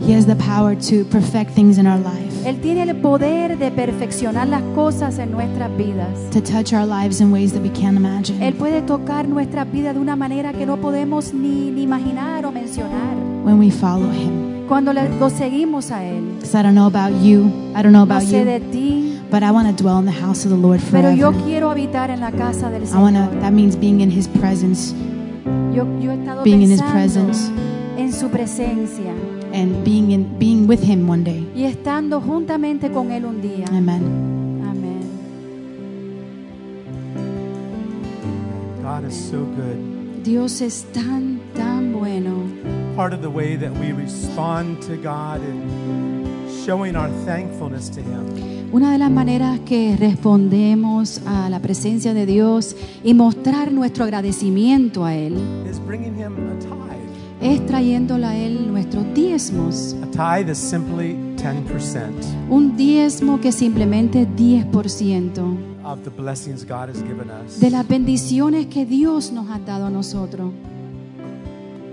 He has the power to perfect things in our life, Él tiene el poder de perfeccionar las cosas en nuestras vidas. to touch our lives in ways that we can't imagine. Él puede tocar nuestras vidas de una manera que no podemos ni, ni imaginar o mencionar When we follow Him. cuando le- lo seguimos a Él. Because I don't know about you, I don't know No about sé de you, ti, but I want to dwell in the house of the Lord pero yo forever. quiero habitar en la casa del I want to, that Señor. means being in His presence Yo, yo he estado being in His pensando presence. en su presencia and being, in, being with Him one day. y estando juntamente con Él un día. Amen. Amén. God is so good. Dios es tan, tan bueno. Part of the way that we respond to God and showing our thankfulness to Him Una de las maneras que respondemos a la presencia de Dios y mostrar nuestro agradecimiento a Él is bringing Him a tithe. es trayéndole a Él nuestros diezmos. A tithe is simply 10% Un diezmo que simplemente es 10% of the blessings God has given us. de las bendiciones que Dios nos ha dado a nosotros.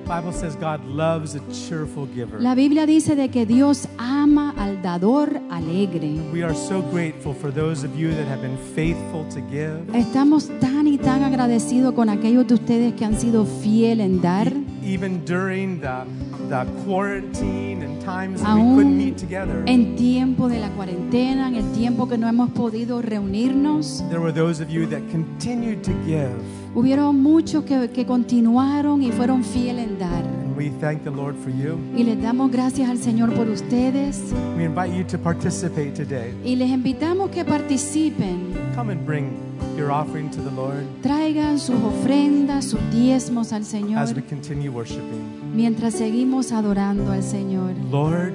Bible says God loves a cheerful giver. La Biblia dice de que Dios ama al dador alegre. we are so grateful for those of you that have been faithful to give. e- Estamos tan y tan agradecidos con aquellos de ustedes que han sido fiel en dar. Even during the, the quarantine and times that we couldn't aún meet together, en tiempo de la cuarentena, en el tiempo que no hemos podido reunirnos, there were those of you that continued to give. hubieron muchos que, que continuaron y fueron fieles en dar. And we thank the Lord for you. Y les damos gracias al Señor por ustedes We invite you to participate today. y les invitamos que participen. Come and bring your offering to the Lord Traigan sus ofrendas, sus diezmos al as we Señor continue worshiping. mientras seguimos adorando al Señor. Lord,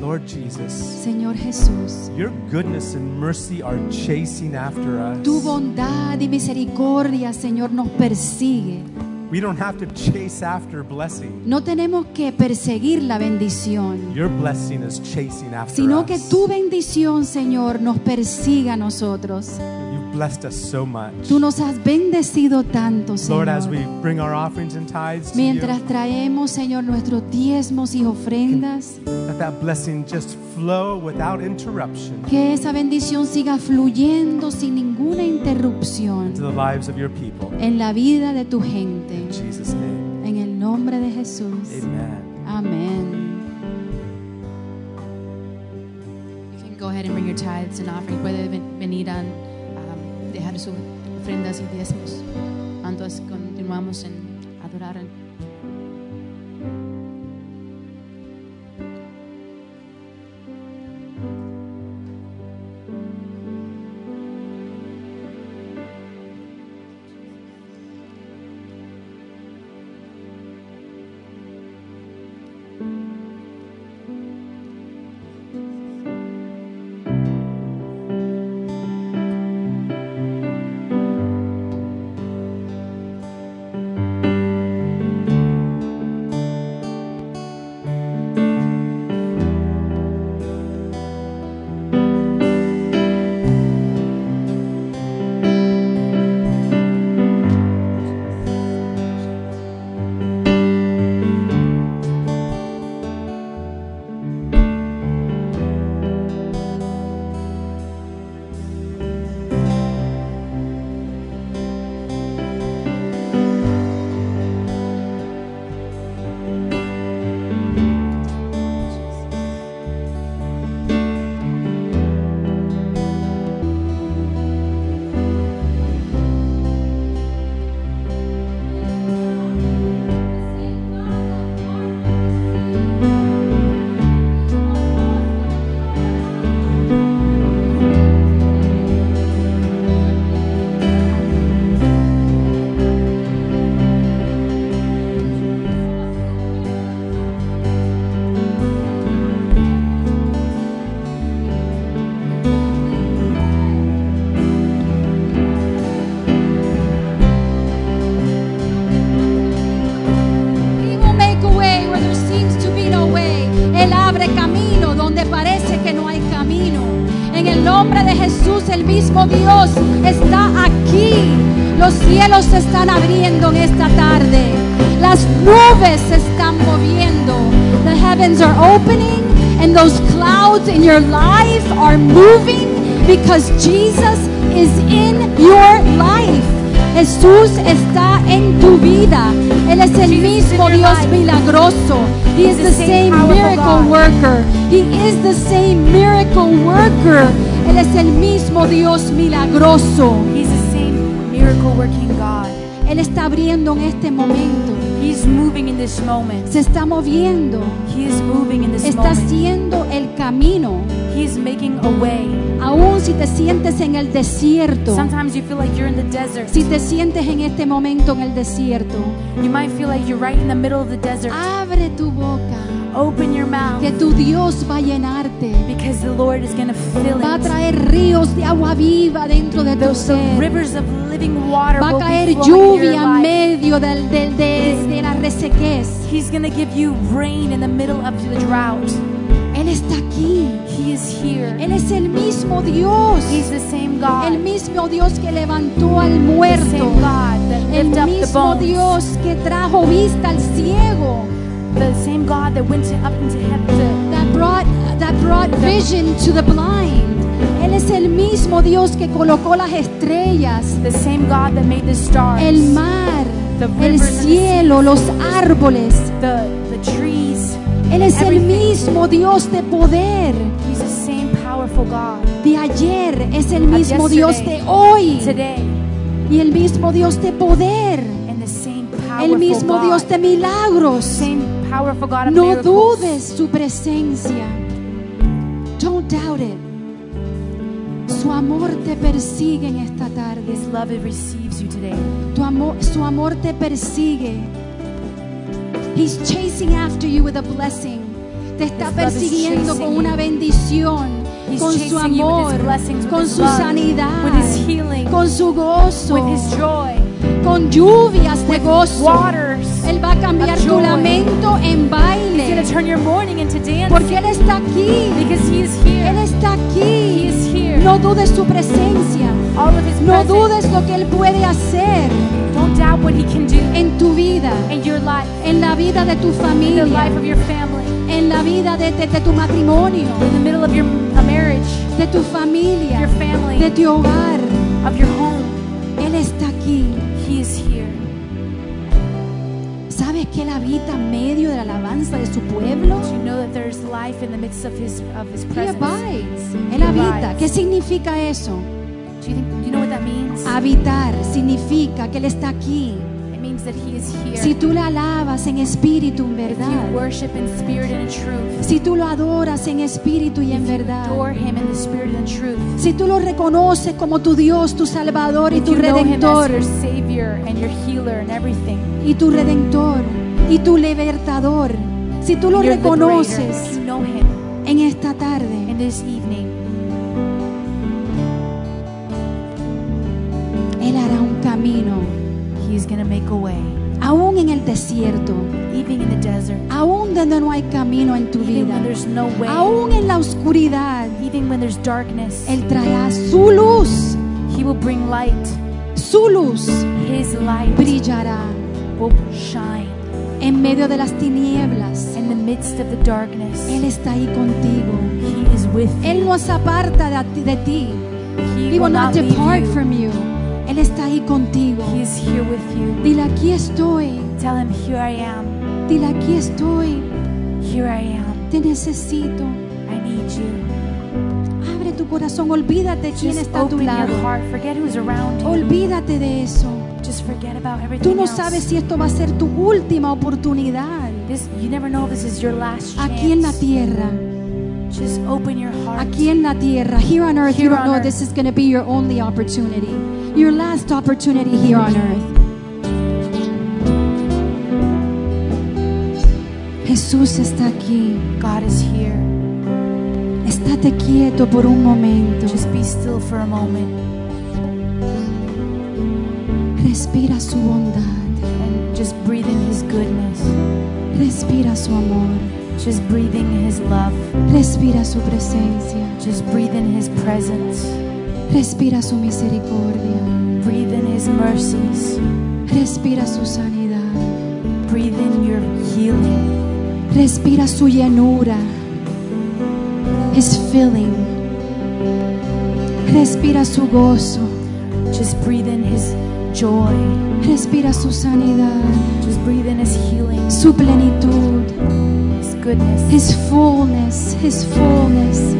Lord Jesus, Señor Jesús, your goodness and mercy are chasing after us. tu bondad y misericordia, Señor, nos persigue. We don't have to chase after blessing. No tenemos que perseguir la bendición. Your blessing is chasing after sino us. que tu bendición, Señor, nos persiga a nosotros. You've blessed us so much. Tú nos has bendecido tanto, Lord, as we Señor. bring our offerings and tithes to Mientras traemos, Señor, nuestros diezmos y ofrendas, you, let that blessing just flow without interruption que esa bendición siga fluyendo sin ninguna interrupción into the lives of your people. en la vida de tu gente. In Jesus' name, En el nombre de Jesús. amen. Amén. You can go ahead and bring your tithes and offering. Puede ven- venir a um, dejar sus ofrendas y diezmos. Entonces continuamos en adorar. He will make a way where there seems to be no way. Él abre camino donde parece que no hay camino. En el nombre de Jesús, el mismo Dios está aquí. Los cielos se están abriendo en esta tarde. Las nubes se están moviendo. the heavens are opening and those clouds in your life are moving because Jesus is in your life. Jesús está en tu vida. Él es el Jesus is in mismo your Dios life. milagroso. He is He's the the same same powerful miracle God. worker. He is the same miracle worker. Él es el mismo Dios milagroso. He's the same miracle working God. Él está abriendo en este momento. He's moving in this moment. Se está moviendo. He is moving in this Está moment. haciendo el camino. He's making a way. Aún si te sientes en el desierto. Sometimes you feel like you're in the desert. Si te sientes en este momento en el desierto. You might feel like you're right in the middle of the desert. Abre tu boca. Open your mouth Que tu Dios va a llenarte. because the Lord is going to fill Va a it. traer ríos de agua viva dentro de tu Those ser. rivers of living water Va a will caer be flowing in your lluvia en life. medio del, del- de, de la resequez. He's going to give you rain in the middle of the drought. Él está aquí. He is here. Él es el mismo Dios. He's the same El God. mismo Dios que levantó al The muerto. same God that El lifted up the mismo bones. Dios que trajo vista al ciego. The same God that went to- up into heaven. That brought, that brought vision to the blind. Él es el mismo Dios que colocó las estrellas, The same God that made the stars. el mar, The el rivers and the cielo, los árboles. The, the trees. Él es el Everything. mismo Dios de poder. He's the same powerful God. De ayer es el mismo Dios de yesterday, hoy Today. y el mismo Dios de poder, And the same el powerful mismo God. Dios de milagros. same powerful God of No miracles. dudes su presencia. Don't doubt it. Su amor te persigue en esta tarde. His love it receives you today. Tu amor, su amor te persigue. He's chasing after you with a blessing. Te está His love is persiguiendo chasing con una you. bendición, He's con su chasing you with his amor, blessings, with con his su love, sanidad, with his healing, con su gozo, with his joy, con lluvias de gozo. waters. Él va a cambiar of tu joy. lamento en He's baile, gonna turn your mourning into dancing porque él está aquí. because he is Él here. está He aquí. is here. No dudes su presencia. All of his No presence. dudes lo que Él puede hacer Don't doubt what he can do en tu vida, in your life, en la vida de tu in the familia, life of your family, en la vida de, de- de tu matrimonio, in the middle of your a marriage, de tu your familia, de family, tu hogar. of your home. Él está aquí. He is here. ¿Sabes que Él habita en medio de la alabanza de su pueblo? Do you know that there's life in the midst of his of his He presence? abides. Él habita. ¿Qué significa eso? Do you, think, do you know what that means? Uh, Habitar significa que Él está aquí. It means that he is Si here. tú le alabas en espíritu, en If you verdad. worship in spirit and in truth, Si tú lo adoras en espíritu y en verdad. adore him in the spirit and in truth. Si tú lo reconoces como tu Dios, tu Salvador y If tu you know him as Redentor. your savior and your healer and everything, Y tu Redentor y tu Libertador. Si tú lo your liberator, if reconoces you know him en esta tarde, in this evening, Él hará un camino. he's gonna make a way, Aún en el desierto. even in the desert, Aún donde no hay camino en tu even when vida. there's no way, Aún en la oscuridad. even when there's darkness, Él traerá su luz. he will bring light. Su luz His light brillará will shine en medio de las tinieblas. in the midst of the darkness. Él está ahí contigo. He is with Él you. no se aparta de, ti- de ti. He He will not leave depart you. from you. Él está ahí contigo. He is here with you. Dile, aquí estoy. Tell him, Here I am. Dile, aquí estoy. Here I am. Te necesito. I need you. Abre tu corazón. Olvídate quién Just está a tu open your lado. heart. Forget who's around you. Olvídate de eso. Just forget about Tú everything no else. sabes si esto va a ser tu última oportunidad This, you never know if this is your last chance. aquí en la tierra. Just open your heart. Aquí en la tierra. Here on earth, you Here don't on know earth. this is going to be your only opportunity. Your last opportunity here on earth. Jesús está aquí. God is here. Estate quieto por un momento. Just be still for a moment Respira su bondad. and just breathe in His goodness. Respira su amor. Just breathe in His love. Respira su presencia. Just breathe in His presence. Respira su misericordia. Breathe in His mercies. Respira su sanidad. Breathe in your healing. Respira su llenura. His filling. Respira su gozo. Just breathe in His joy. Respira su sanidad. Just breathe in His healing, Su plenitud. His goodness. His fullness, His fullness.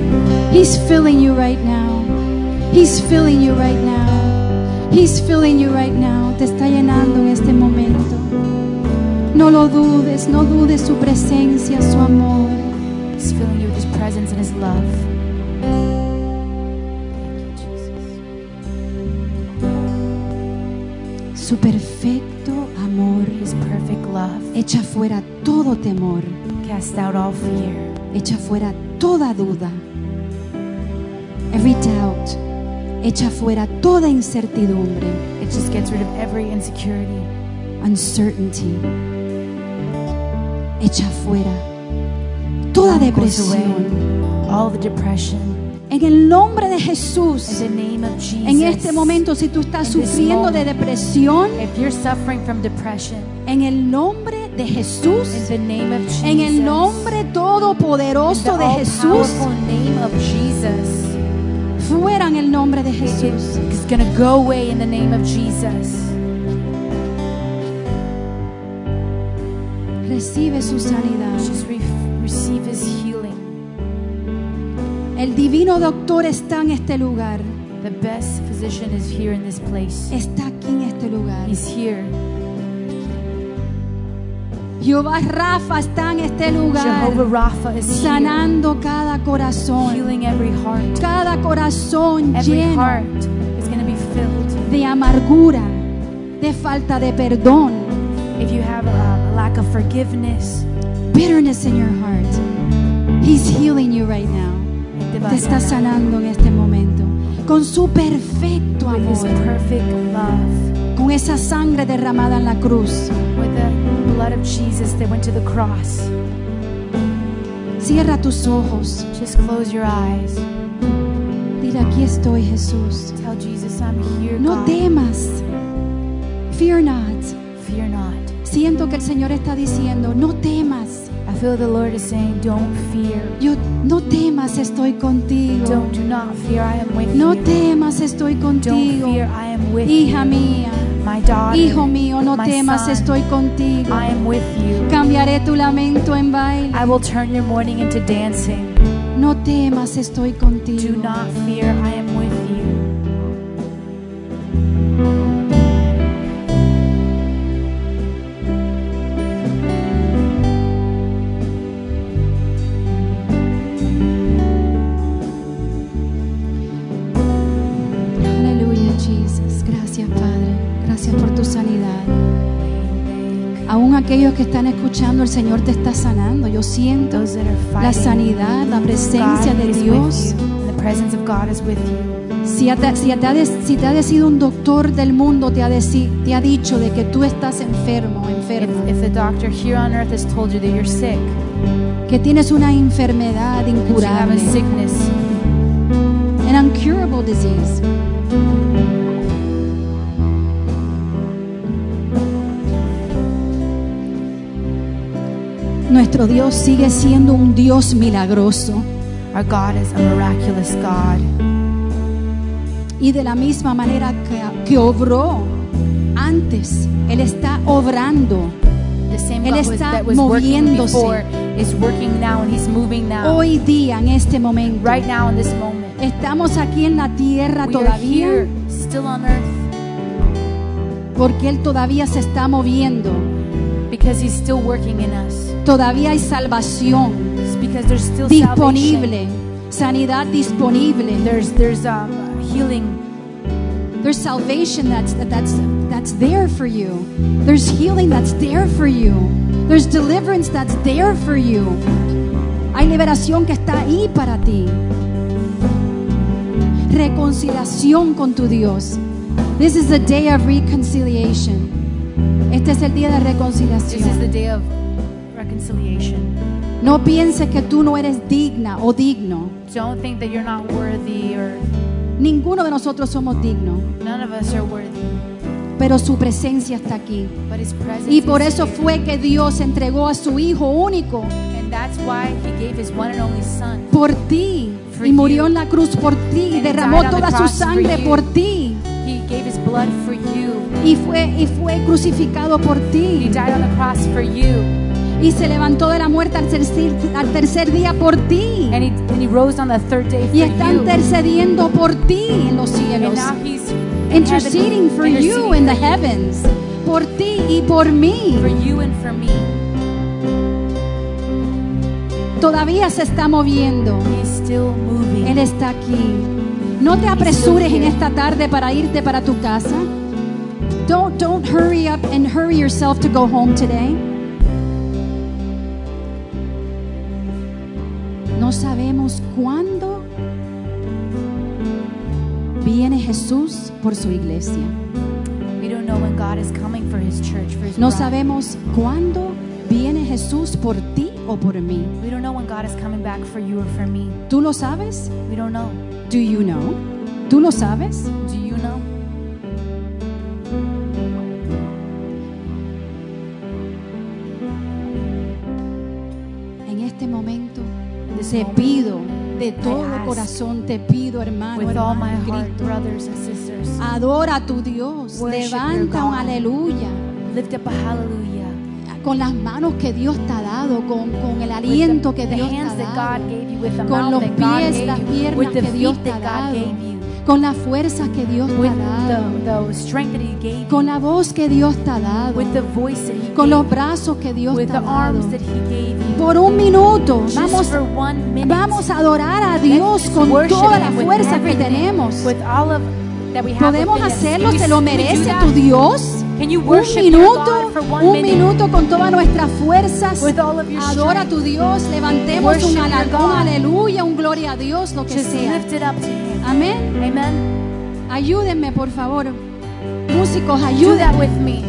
He's filling you right now. He's filling you right now. He's filling you right now. Te está llenando en este momento. No lo dudes, no dudes su presencia, su amor. He's filling you with His presence and His love. Su perfecto amor His perfect love. echa fuera todo temor, Cast out all fear, echa fuera toda duda. Every doubt, echa fuera toda incertidumbre, it just gets rid of every insecurity. uncertainty. Echa fuera toda Goes depresión. away. All the depression. En el nombre de In Jesús, the name of Jesus. en este momento, si tú estás In this sufriendo de moment. depresión, If you're suffering from depression, en el nombre de Jesús, in the name of Jesus. en el nombre in the todopoderoso de Jesús, all-powerful name of Jesus. fuera en el nombre de Jesús. It's going to go away in the name of Jesus. Recibe su sanidad. Just re- receive his healing. El divino doctor está en este lugar. The best physician is here in this place. Está aquí en este lugar. He's here. Jehová Rafa está en este Jehovah lugar. Rapha is here. Sanando cada corazón. Healing every heart. Cada corazón Every lleno heart is going to be filled. de amargura, de falta de perdón. If you have a lack of forgiveness, Bitterness in your heart. He's healing you right now. te va Te está a sanar. sanando en este momento. Con su perfecto with his amor. perfect love, Con esa sangre derramada en la cruz. with the blood of Jesus that went to the cross. Cierra tus ojos. Just close your eyes. Dile, aquí estoy Jesús. Tell Jesus, I'm here. No God. temas. Fear not. Fear not. Siento que el Señor está diciendo, no temas. I feel the Lord is saying, Don't fear. Yo no temas, estoy contigo. Don't do not fear. I am with No you. temas, estoy Don't contigo. fear. I am with Hija you. mía, My daughter. hijo mío, no my temas, son, estoy contigo. I am with you. Cambiaré tu lamento en baile. I will turn your mourning into dancing. No temas, estoy Do contigo. not fear. I am with you. Aleluya, Jesús. Gracias, Padre. Gracias por tu sanidad. Aún aquellos que están escuchando, el Señor te está sanando. Yo siento Those that are la fighting, sanidad, la God presencia de is Dios. with you. And The presence of God is with you. Si, ha- te- si te ha de- si te ha decidido un doctor del mundo, te ha, deci- te ha dicho de que tú estás enfermo, If, enfermo, if the doctor here on earth has told you that you're sick, que tienes una enfermedad that you have a incurable, sickness, an incurable disease, nuestro Dios sigue siendo un Dios milagroso our God is a miraculous God. y de la misma manera que, que obró antes, Él está obrando. The same Él God was- está that was working moviéndose. before is working now and He's moving now. Hoy día, en este momento, Right now in this moment. Estamos aquí en la tierra We are todavía here, still on earth, porque Él todavía se está moviendo. because He's still working in us. Todavía hay salvación It's because there's still salvation. disponible, sanidad disponible. There's there's um, healing. There's salvation that's, that's, that's there for you. There's healing that's there for you. There's deliverance that's there for you. Hay liberación que está ahí para ti. Reconciliación con tu Dios. This is the day of reconciliation. Este es el día de This is reconciliación. the day of reconciliation. No pienses que tú no eres digna o digno. Don't think that you're not worthy or Ninguno de nosotros somos dignos. none of us are worthy. pero su presencia está aquí. but his presence Y por is eso here. fue que Dios entregó a su Hijo único And that's why he gave his one and only son. por ti. For Y murió you. en la cruz por ti. And he Derramó died on the toda su cross for sangre you. por ti. He gave his blood for you. Y fue, y fue crucificado por He ti. died on the cross for you. Y se levantó de la muerte al tercer, al tercer día por ti. And he, and he rose on the third day for Y está you. intercediendo por ti en los And cielos. now he's in heaven, Interceding for you in the heavens. Por ti y por mí. for you and for me. Todavía se está moviendo. He's still moving. Él está aquí. No te apresures en esta tarde para irte para tu casa. Don't don't hurry up and hurry yourself to go home today. No sabemos cuándo viene Jesús por su iglesia. we don't know when God is coming for his church, for his No bride. sabemos cuándo viene Jesús por ti o por mí. We don't know when God is coming back for you or for me. ¿Tú lo sabes? We don't know. Do you know? ¿Tú lo sabes? Do you know? En este momento In this te moment, pido de todo ask corazón, te pido hermano, with all my hermana en heart, Cristo, brothers and sisters, Ah. adora a tu Dios, Worship levanta your un God. aleluya lift up a hallelujah. con las manos que Dios te ha dado, con, con el aliento que the Dios te hands that ha God dado, gave you, with the con mouth los that God pies, gave las you, piernas with the que Dios feet te ha that God dado, gave you, con las fuerzas que Dios te ha with dado, the, the strength that He gave con you, la voz que Dios te ha dado, with the voice that He con los gave brazos que you, Dios with te the ha dado. arms that He gave you. Por un minuto, Just vamos for one minute, Vamos a adorar a Dios just con worship toda la Him with fuerza que everything, tenemos. with all of that we have Podemos within us. hacerlo, Can se we- lo can we do merece that? tu Dios. Can you Un worship your minuto, God for one un minute? minuto con todas nuestras fuerzas. With all of your Adora a strength. tu Dios, levantemos Worship un, your ala- un God. aleluya, un gloria a Dios, lo que Just sea. lift it up to Him. Amén. Amen. Ayúdenme, por favor. Músicos, Do that ayúdenme. with me.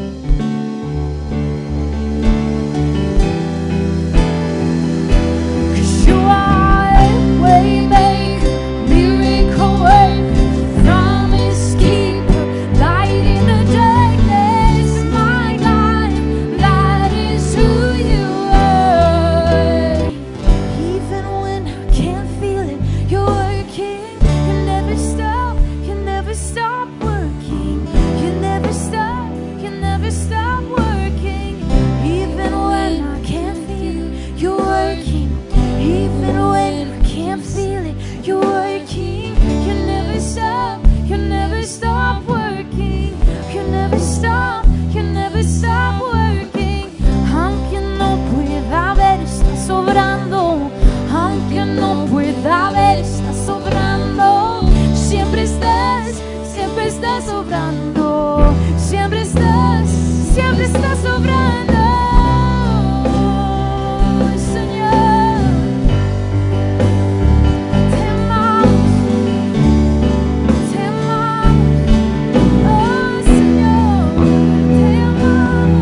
You are a way maker, miracle worker, promise keeper, light in the darkness, my God, that is who you are. Even when I can't feel it, you're working. You never stop, you never stop working. You never stop, you never stop working. Even when I can't feel it, you're working. Even when I can't feel it, you're working. You never stop, you never stop working. You never stop, you never stop working. Aunque no pueda ver, está sobrando. Aunque no pueda ver, está sobrando. Siempre estás, siempre estás sobrando. Siempre estás, siempre estás sobrando. Señor, te amamos, te amamos. Oh Señor, te amamos.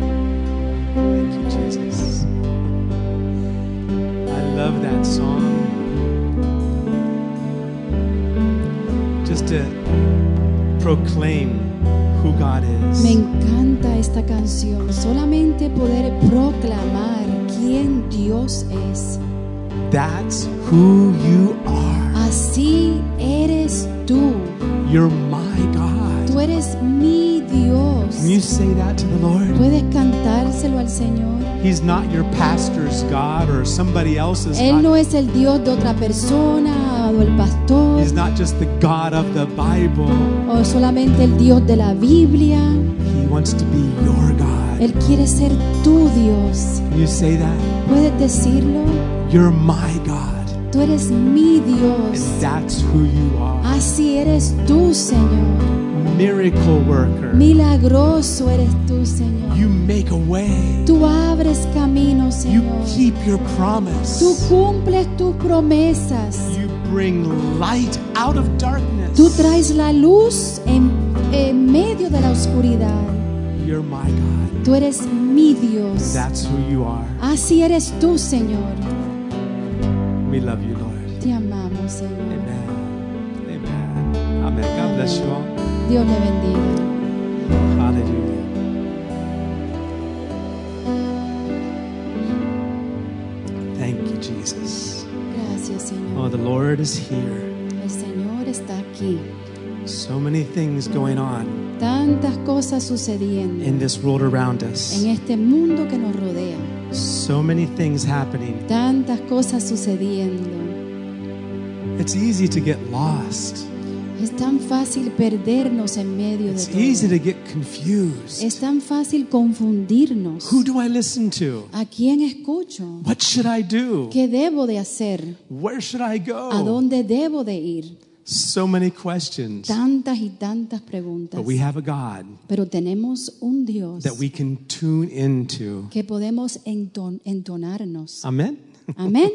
Thank you, Jesus. I love that song. Just to proclaim who God is. Me encanta esta canción, solamente poder proclamar quién Dios es. That's who you are. Así eres tú, You're my God. tú eres mi Can you Dios. say that to the Lord? Puedes cantárselo al Señor. He's not your pastor's God or somebody else's Él God. no es el Dios de otra persona o el pastor He's not just the God of the Bible. o solamente el Dios de la Biblia. He wants to be your God. Él quiere ser tu Dios. Can you say that? ¿Puedes decirlo? You're my God. Tú eres mi And Dios. that's who you are. Así eres tú, Señor. Miracle worker. Milagroso eres tú, Señor. You make a way. Tú abres caminos, You Señor. keep your Tú promise. cumples tus promesas. You bring light out of darkness. Tú traes la luz en, en medio de la oscuridad. You're my God. Tú eres mi Dios. That's who you are. Así eres tú, Señor. We love you, Lord. Te amamos, Señor. Amen. Amen. Amen. God bless you all. Dios le bendiga. Hallelujah. Thank you, Jesus. Gracias, Señor. Oh, the Lord is here. El Señor está aquí. So many things going on Tantas cosas sucediendo in this world around en us. este mundo que nos rodea. So many things happening. Tantas cosas sucediendo. It's easy to get lost. Es tan fácil perdernos en medio de It's easy todo. to get confused. Es tan fácil confundirnos. Who do I listen to? ¿A quién escucho? What should I do? ¿Qué debo de hacer? Where should I ¿A go? dónde debo de ir? So many questions. Tantas y tantas preguntas. But we have a God Pero tenemos un Dios that we can tune into. que podemos enton- Ah, entonarnos. Amen. Amén.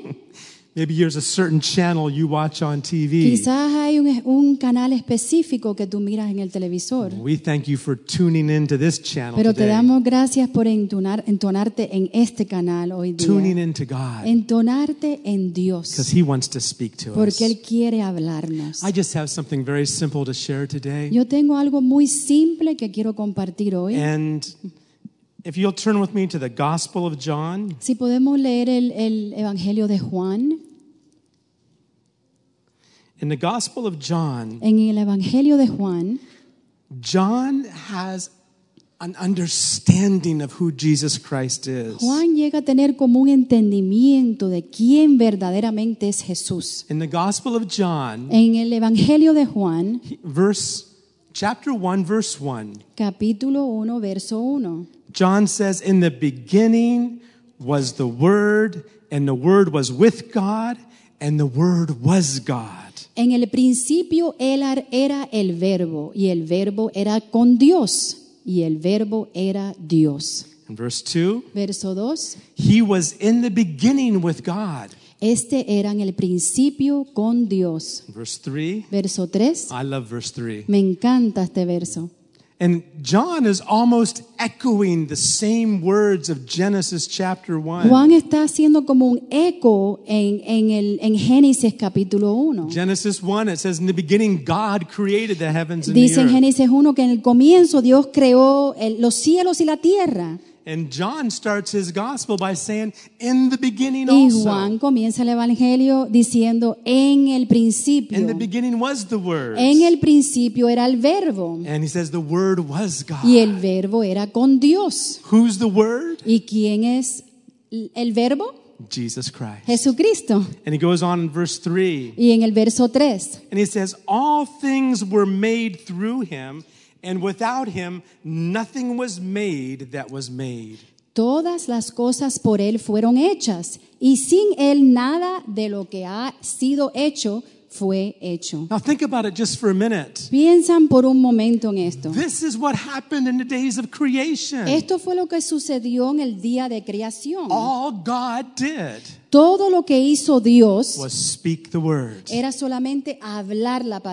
Maybe there's a certain channel you watch on TV. Quizás hay un, un canal específico que tú miras en el televisor, We thank you for tuning into this channel pero te today. damos gracias por entonar, entonarte en este canal hoy Tuning día. into God Entonarte en because Dios, He wants to speak to us. porque Él quiere hablarnos. I just have something very simple to share today. Yo tengo algo muy simple que quiero compartir hoy. And if you'll turn with me to the Gospel of John, Si podemos leer el, el Evangelio de Juan, in the Gospel of John, en el Evangelio de Juan, John has an understanding of who Jesus Christ is. Juan llega a tener como un entendimiento de quién verdaderamente es Jesús. In the Gospel of John, En el Evangelio de Juan, he- verse chapter 1 verse 1, capítulo 1, verso 1. John says, In the beginning was the Word, and the Word was with God, and the Word was God. En el principio él ar- era el verbo y el verbo era con Dios y el verbo era Dios. And verse 2, Verso 2. He was in the beginning with God. Este era en el principio con Dios. And verse 3, Verso 3. I love verse 3. Me encanta este verso. And John is almost echoing the same words of Genesis chapter 1. Juan está haciendo como un eco en, en el, en Génesis capítulo 1. Genesis 1, it says, In the beginning, God created the heavens and Dice en the earth. Génesis 1 que en el comienzo Dios creó el- los cielos y la tierra. And John starts his gospel by saying, In the beginning Y also. Juan comienza el Evangelio diciendo, en el principio. In the beginning was the Word. En el principio era el verbo And he says the Word was God. y el verbo era con Dios. Who's the Word? ¿Y quién es el verbo? Jesus Christ. Jesucristo. And he goes on in verse 3 Y en el verso 3, and he says, All things were made through him, and without him nothing was made that was made. todas las cosas por Él fueron hechas y sin Él nada de lo que ha sido hecho fue hecho. Now think about it just for a minute. Piensan por un momento en esto. This is what happened in the days of creation. Esto fue lo que sucedió en el día de creación. All God did Todo lo que hizo Dios was speak the word. era solamente hablar la He didn't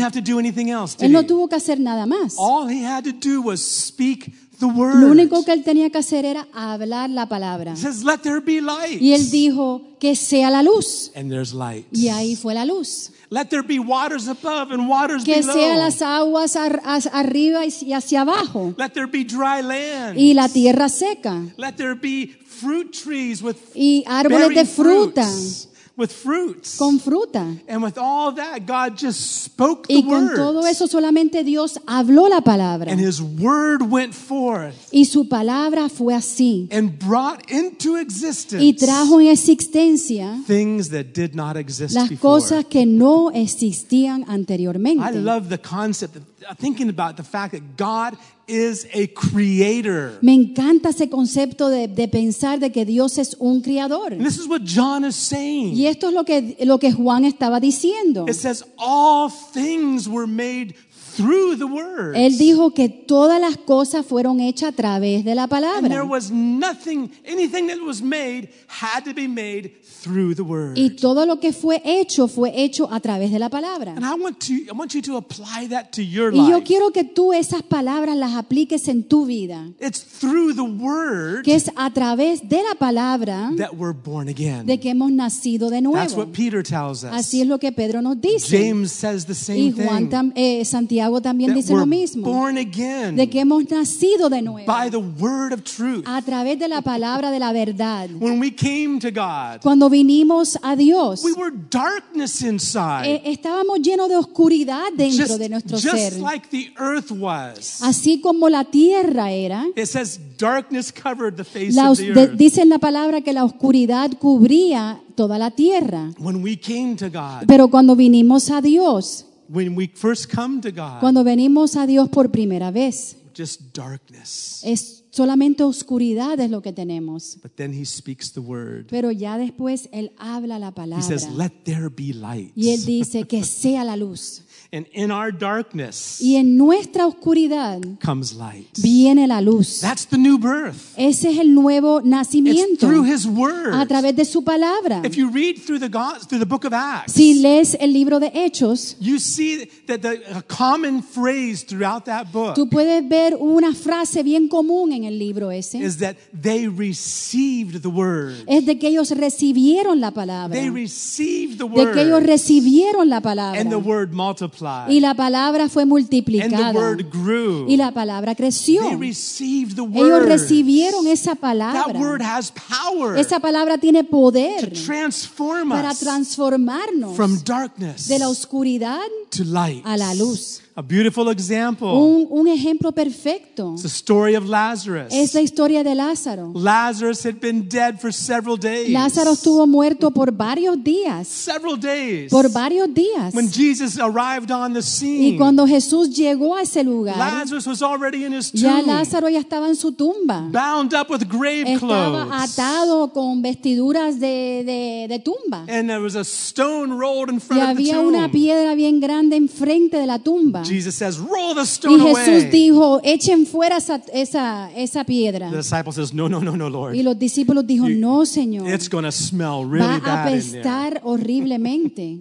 palabra. have to do anything else. Did Él no he? tuvo que hacer nada más. All he had to do was speak the Lo word. único que él tenía que hacer era hablar la palabra. He says, Let there be light. Y él dijo que sea la luz. and there's light. Y ahí fue la luz. Let there be waters above and waters Que below. sea las aguas ar- as- arriba y s- y hacia abajo. Let there be dry land. Y la tierra seca. Let there be fruit trees with Y árboles de bearing fruta. fruits, with fruits. Con fruta. and with all that, God just spoke the Y con word. todo eso solamente Dios habló la palabra. and his word went forth Y su palabra fue así. and brought into existence Y trajo en existencia things that did not exist las before. cosas que no existían anteriormente. I love the concept of of thinking about the fact that God is a creator. Me encanta ese concepto de, de pensar de que Dios es un creador. And this is what John is saying. Y esto es lo que, lo que Juan estaba diciendo. It says, All things were made through the word. Él dijo que todas las cosas fueron hechas a través de la And there palabra. was nothing, anything that was made had to be made through the word. Y todo lo que fue hecho fue hecho a través de la palabra. And I want to I want you to apply that to your Y yo life. quiero que tú esas palabras las apliques en tu vida, It's through the word que es a través de la palabra that we're born again. de que hemos nacido de That's nuevo. what Peter tells us. Así es lo que Pedro nos dice. James says the Y same Juan thing. That tam- eh, Santiago también dice lo we're mismo, born again de que Ah, hemos nacido de nuevo by the word of truth. a través de la palabra de la verdad. When we came to God, Cuando vinimos a Dios, we were darkness eh, inside. estábamos llenos de oscuridad dentro Just, de nuestro just ser, like the earth was. así como la tierra era. It says darkness covered the face La os- of the de- earth. dice en la palabra que la oscuridad cubría toda la tierra. When we came to God, Pero cuando vinimos a Dios, when we first come to God, cuando venimos a Dios por primera vez, just darkness. es solamente oscuridad es lo que tenemos. But then he speaks the word. Pero ya después Él habla la palabra. He says, Let there be light. y Él dice que sea la luz. And in our darkness Y en nuestra oscuridad comes light. viene la luz. That's the new birth. Ese es el nuevo It's nacimiento through his word. a través de su palabra. If you read through the go- through the book of Acts, Si lees el libro de Hechos, you see that the a common phrase throughout that book tú puedes ver una frase bien común en el libro ese. is that they received the word. es de que ellos recibieron la palabra. They received the De que ellos word. recibieron la palabra. And the word multiplied. Y la palabra fue And the multiplicada. word grew. Y la palabra creció. They received the Ellos word. recibieron esa That word palabra. has power Esa palabra tiene to poder transform para us transformarnos from darkness de la oscuridad. to light. a la luz. A beautiful example. Un, un ejemplo perfecto It's the story of Lazarus. es la historia de Lázaro. Lazarus had been dead for several days. Lázaro estuvo muerto por varios días. several days. Por varios días. When Jesus arrived on the Y scene, cuando Jesús llegó a ese lugar, Lazarus was already in his Ya tomb, Lázaro ya estaba en su tumba. bound up with grave Estaba clothes. atado con vestiduras de, de- de tumba. And there was a stone rolled in Y front of the había tomb. una piedra bien grande enfrente de la tumba. Jesus says, "Roll the Y stone Jesús away." dijo, echen fuera esa, esa, esa piedra. the disciple says, "No, no, no, no, Lord. Y los discípulos dijo, You- no, Señor, It's going to smell va really a bad in there." apestar horriblemente.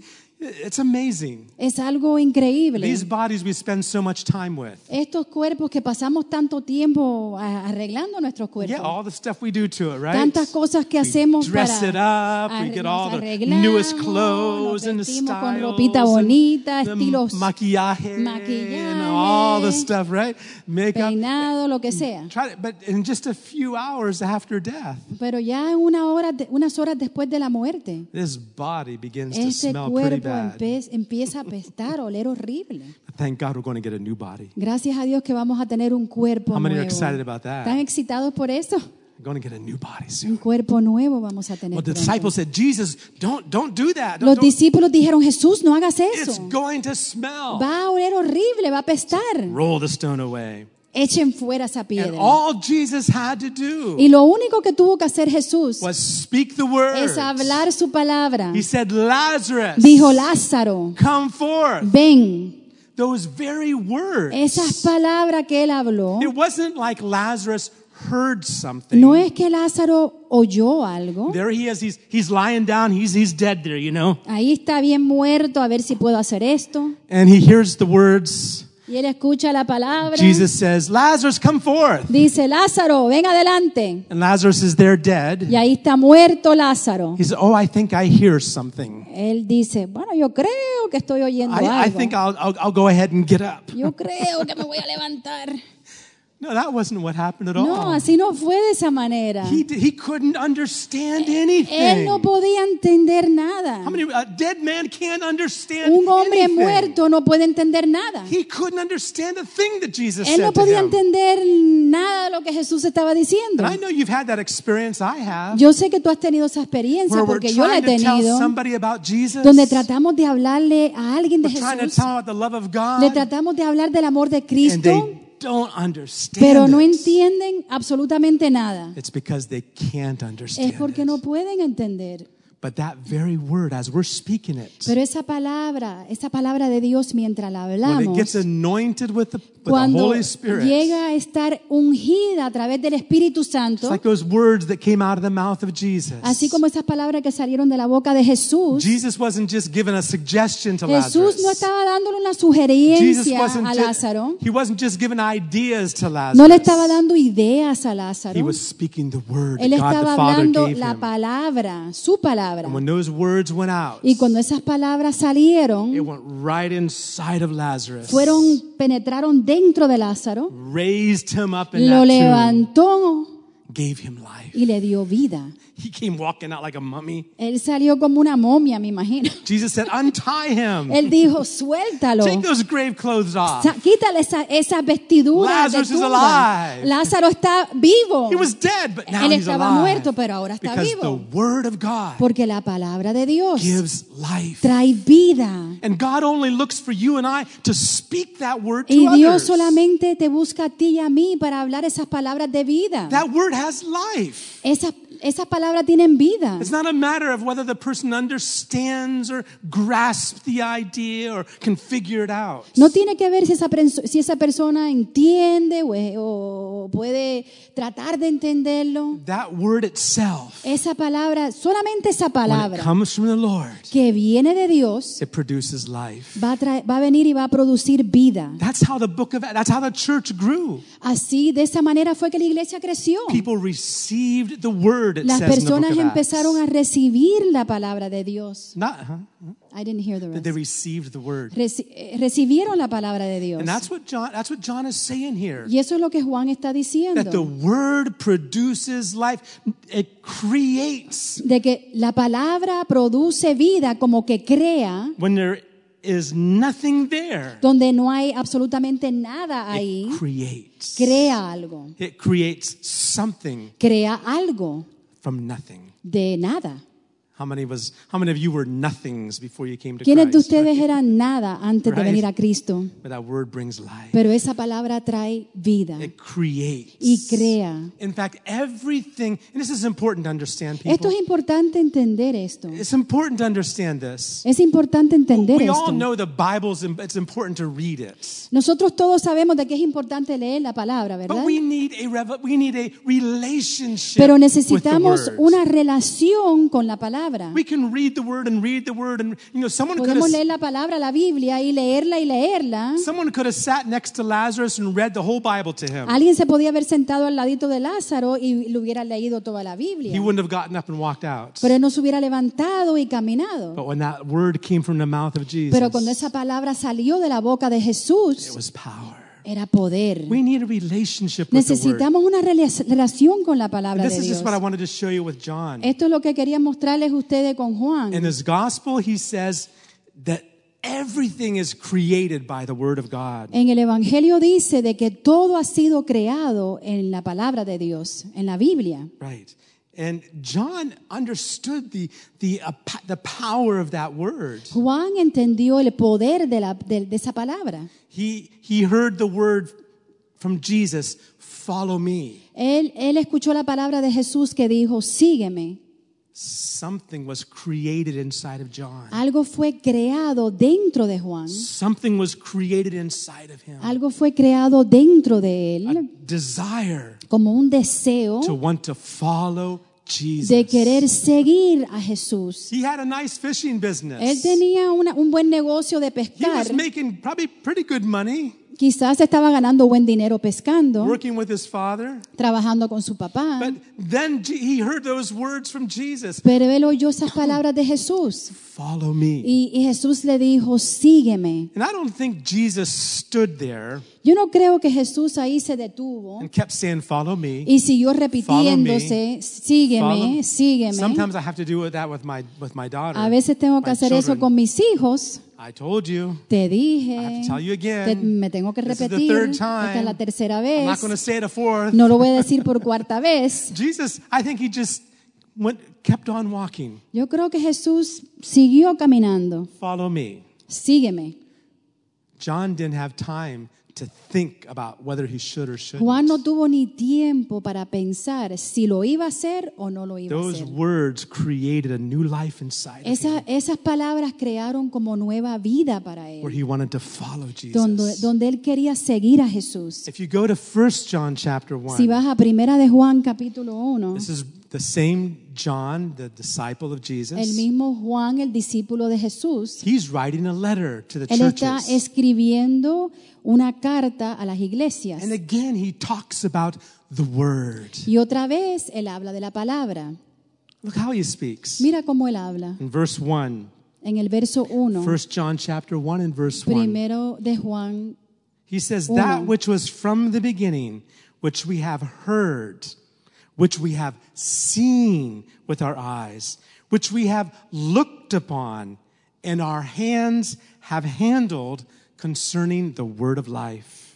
It's amazing. Es algo increíble. These bodies we spend so much time with. Estos cuerpos que pasamos tanto tiempo a- arreglando nuestros Yeah, cuerpos. all the stuff we do to it, right? tantas cosas que We hacemos dress para it up, we arre- get nos all the arreglamos, newest clothes nos and the vestimos styles con ropita and bonita, the estilos maquillaje, and maquillaje, all the stuff, right? Makeup. peinado, lo que sea. Try to, but in just a few hours after death, Pero ya una hora de- unas horas después de la muerte, this body begins to ese smell pretty cuerpo bad. empe- empieza a apestar, a oler horrible. But Thank God we're going to get a new body. Gracias a Dios que vamos a tener un cuerpo How many are nuevo. excited about that? ¿Están excitados por eso? We're going to get a new body Un soon. cuerpo nuevo vamos a tener. Well, the pronto. disciples said, Jesus, don't, don't do that. Don't- Los don't- discípulos dijeron, Jesús, no hagas It's eso. going to smell. Va a oler horrible, va a apestar. Roll the stone away. Echen fuera esa And piedra. all Jesus had to Y do lo único que tuvo que hacer Jesús was speak the word. es hablar su palabra. He said, Lazarus, Dijo, Lázaro, come forth. ven. Those very words. Esas palabras que él habló, It wasn't like Lazarus heard something. no es que Lázaro oyó algo. There he is. He's, he's lying down. He's, he's dead there, you know. Ahí está bien muerto, a ver si puedo hacer esto. And he hears the words. Y él escucha la palabra. Jesus says, Lazarus, come forth. Dice, Lázaro, ven adelante. And Lazarus is there Y dead. ahí está muerto Lázaro. He says, Oh, I think I hear something. Él dice, bueno, yo creo que estoy oyendo I, I think algo. I'll, I'll, I'll go ahead and get up. Yo creo que me voy a levantar. No, that wasn't what happened at No, all. así no fue de esa manera. He, d- he couldn't understand Él anything. no podía entender nada. How many, a dead man can't understand Un hombre anything. muerto no puede entender nada. He couldn't understand a thing that Jesus Él said no to podía him. entender nada de lo que Jesús estaba diciendo. And I know you've had that experience I have, Yo sé que tú has tenido esa where experiencia we're porque yo la he trying to tell tenido, somebody about Jesus. donde tratamos de hablarle a alguien de we're trying to Jesús, tell them about the love of God, le tratamos de hablar del amor de and Cristo, they don't understand pero no it. entienden absolutamente nada. It's because they can't understand Es porque it. no pueden entender. But that very word, as we're speaking it, Pero esa palabra, esa palabra de Dios mientras la when it hablamos, gets anointed with the, with the cuando Holy Spirit, llega a estar ungida a través del Espíritu Santo, it's like those words that came out of the mouth of Jesus. así como esas palabras que salieron de la boca de Jesús, Jesus wasn't just giving a suggestion to Jesús Lazarus. no estaba dándole una Jesus sugerencia wasn't a ju- Lázaro, he wasn't just giving ideas to Lazarus. no le estaba dando ideas a he Lázaro, was speaking the word él that God the estaba Father hablando gave la him. palabra, su palabra. And when those words went out, Y cuando esas palabras salieron, it went right inside of Lazarus. fueron, penetraron dentro de Lázaro, raised him up in lo that tomb, levantó gave him life. y le dio vida. He came walking out like a mummy. Él salió como una momia, me imagino. Jesus said, "Untie him. Él dijo, suéltalo. Take those grave clothes off." Sa- Quítale esa, esas vestiduras de Lazarus is tumba. alive. Lázaro está vivo. He was dead, but now Él he's estaba alive. muerto, pero ahora está because vivo. the word of God Porque la palabra de Dios gives life. trae vida. And God only looks for you and I to speak that word to Y Dios others. solamente te busca a ti y a mí para hablar esas palabras de vida. That word has life. Esas, esas palabras tienen vida. It's not a matter of whether the person understands or grasps the idea or can figure it out. No tiene que ver si esa, prenso- si esa persona entiende o, es- o puede tratar de entenderlo. That word itself, Esa palabra, solamente esa when it palabra comes from the Lord, que viene de Dios it produces life. va a, traer- va a venir y va a producir vida. That's how the book of that's how the church grew. Así, de esa manera fue que la iglesia creció. People received the word. It Oh. Las says personas in the book of Acts. empezaron a recibir la palabra de Dios. Not, huh? I didn't hear the But rest. They received the word, Reci- eh, recibieron la palabra de Dios. and that's what John. That's what John is saying here. Y eso es lo que Juan está That the diciendo. word produces life. It creates De que la palabra produce vida como que crea when there is nothing there. donde no hay absolutamente nada ahí, It creates. crea algo. It creates something Crea algo from nothing. de nada. How many was? How many of you were nothings before you came to ¿Quiénes de Christ? ustedes eran nada antes de Right. venir a Cristo? But that word brings life. Pero esa palabra trae vida It creates. y crea. In fact, everything, and this is important to understand, people. Esto es importante entender esto. It's important to understand this. Es importante entender We all esto. know the Bible's, im- it's important to read it. Nosotros todos sabemos de que es importante leer la palabra, But ¿verdad? we need a, revel- we need a relationship Pero with the necesitamos Word. una relación con la palabra. We can read the Word and read the Word, and you know, someone could Podemos have leer la palabra, la Biblia, y leerla y leerla. Someone could have sat next to Lazarus and read the whole Bible to him. Alguien se podía haber sentado al ladito de Lázaro y le hubiera leído toda la He Biblia, wouldn't have gotten up and walked out. pero él no se hubiera levantado y caminado. But when that word came from the mouth of Oh, Jesus, Pero cuando esa palabra salió de la boca de it Jesús, was power. era poder. We need a relationship with the word. Necesitamos una rela- relación con la palabra This de is Dios. just what I wanted to show you with John. Esto es lo que quería mostrarles a ustedes con In Juan. his gospel, he says that everything is created by the word of God. En el Evangelio dice de que todo ha sido creado en la palabra de Dios, en la Biblia. Right. And John understood the, the, uh, p- the power of that word. Juan entendió el poder de, la- de- de esa palabra. He, he heard the word from Jesus, follow me. Él, él escuchó la palabra de Jesús que dijo, sígueme. Something was created inside of John. Algo fue creado dentro de Juan. Something was created inside of him. Algo fue creado dentro de A él desire como un deseo to want to follow Jesus. de querer seguir a Jesús. He had a nice fishing Él business. tenía una- un buen negocio de He was pescar. making probably pretty good money Quizás estaba ganando buen dinero pescando, working with his father. trabajando con su papá. But then Je- he heard those words from Jesus Pero él oyó esas palabras de Jesús. Follow me. Y, y Jesús le dijo, sígueme. And I don't think Jesus stood there Yo no creo que Jesús ahí se detuvo and kept saying, Follow me. y siguió repitiéndose, sígueme, Follow. sígueme. Sometimes I have to do with that with my, with my daughter. A veces tengo que my hacer eso children. con mis hijos. I told you. Te I have dije, to tell you again. te- me tengo que This is the repetir. third Esta es la time. tercera I'm not vez. going to say it a fourth. No lo voy a decir por cuarta vez. Jesus, I think he just went, kept on walking. Yo creo que Jesús siguió caminando. Follow me. Sígueme. John didn't have time to think about whether he should or shouldn't. Juan no tuvo ni tiempo para pensar si lo iba a hacer o no lo iba a Those hacer. words created a new life inside of him Esa- esas palabras crearon como nueva vida para where él, he wanted to follow Jesus. donde, donde él quería seguir a Jesús. If you go to 1 John chapter 1, Si vas a Primera de Juan capítulo 1, this is the same John, the disciple of el Jesus. mismo Juan, el discípulo de Jesús, He's writing a letter to the él está churches. escribiendo una carta a las iglesias. And again, he talks about the word. Y otra vez él habla de la palabra. Look how he speaks. Mira cómo él habla In verse 1, en el verso 1, 1 John chapter 1 and verse 1. primero de Juan He says, Uno. That which was from the beginning, which we have heard, which we have seen with our eyes, which we have looked upon, and our hands have handled concerning the word of life.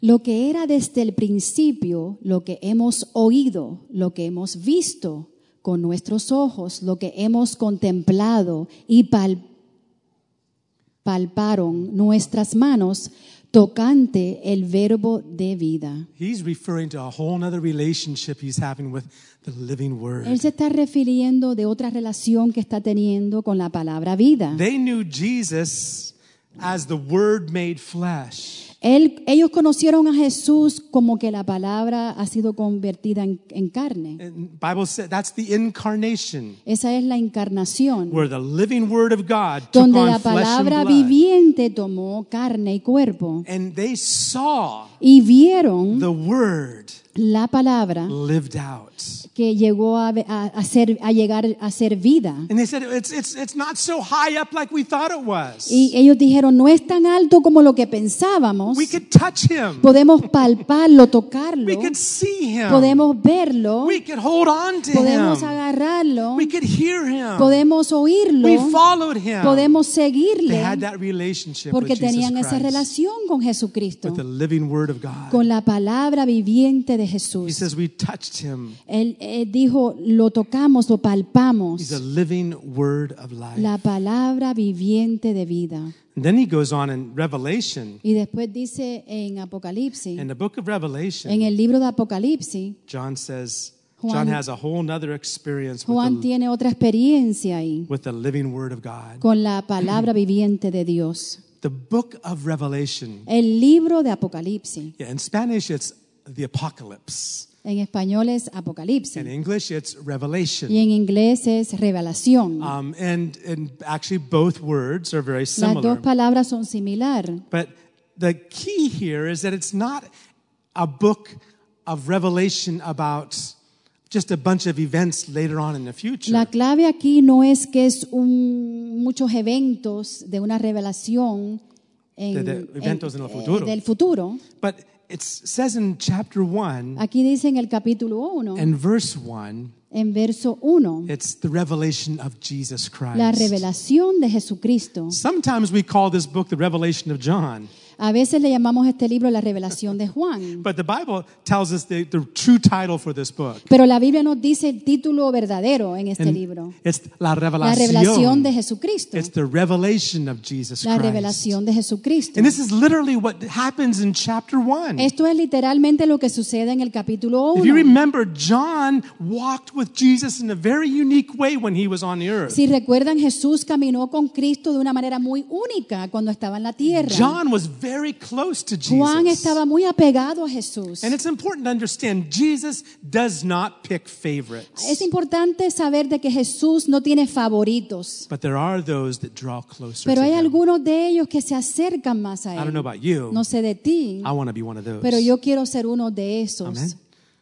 Lo que era desde el principio, lo que hemos oído, lo que hemos visto con nuestros ojos, lo que hemos contemplado y pal- palparon nuestras manos tocante el verbo de vida. He's referring to a whole nother relationship he's having with the living Él word. se está refiriendo de otra relación que está teniendo con la palabra vida. They knew Jesus as the word made flesh. Él- ellos conocieron a Jesús como que la palabra ha sido convertida en, en carne. And Bible said that's the incarnation. Esa es la encarnación. where the living word of God took donde on la flesh and palabra blood. viviente tomó carne y cuerpo And they saw y vieron the word la palabra lived out. que llegó a, ve- a- a ser, a llegar a ser vida. And they said, it's, it's, it's not so high up like we thought it was. Y ellos dijeron, no es tan alto como lo que pensábamos, We could touch him. podemos palparlo, tocarlo, We could see him. podemos verlo, We could hold on to podemos him. agarrarlo, We could hear him. podemos We oírlo, followed him. podemos They seguirle, had that relationship with porque Jesus tenían esa Christ, relación con Jesucristo, with the living word of God. con la palabra viviente de He Jesús. says, we touched him. Él, eh, dijo, lo tocamos, lo palpamos, He's a living word of life. la palabra viviente de vida. And then he goes on in Revelation Y después dice en Apocalipsis, In the book of Revelation, en el libro de Apocalipsis, John says, Juan- John has a whole nother experience with, Juan the, tiene otra experiencia ahí with the living word of God. con la palabra viviente de Dios. The book of Revelation, El libro de Apocalipsis, yeah, in Spanish it's the apocalypse. en español es In Apocalipsis English it's y Revelation. en inglés es Revelación. Um, and, and actually both words are very Las dos similar. palabras son similar. But the key here is that it's not a book of revelation about just a bunch of events later on in the future. La clave aquí no es que es un- muchos eventos de una revelación en- eh, De- de eventos en el futuro. del futuro. but it says in chapter 1 Aquí dice en el capítulo 1, and verse 1, en verso 1, It's the revelation of Jesus Christ. la revelación de Jesucristo. Sometimes we call this book the revelation of John, A veces le llamamos a este libro la revelación de Juan, but the Bible tells us the, the true title for this book. pero la Biblia nos dice el título verdadero en este And libro, It's la la revelación. revelación de Jesucristo, It's the revelation of Jesus la Christ. revelación de Jesucristo. And this is literally what happens in chapter 1. Esto es literalmente lo que sucede en el capítulo if you 1. remember, John walked with Jesus in a very unique way when he was on the earth. Si recuerdan, Jesús caminó con Cristo de una manera muy única cuando estaba en la tierra. John was very close to Jesus. Juan estaba muy apegado a Jesús. And it's important to understand Jesus does not pick favorites. Es importante saber de que Jesús no tiene favoritos, But there are those that draw closer pero to hay him. algunos de ellos que se acercan más a I don't know él. about you. No sé de ti, I want to be one of those. pero yo quiero ser uno de esos. Amén.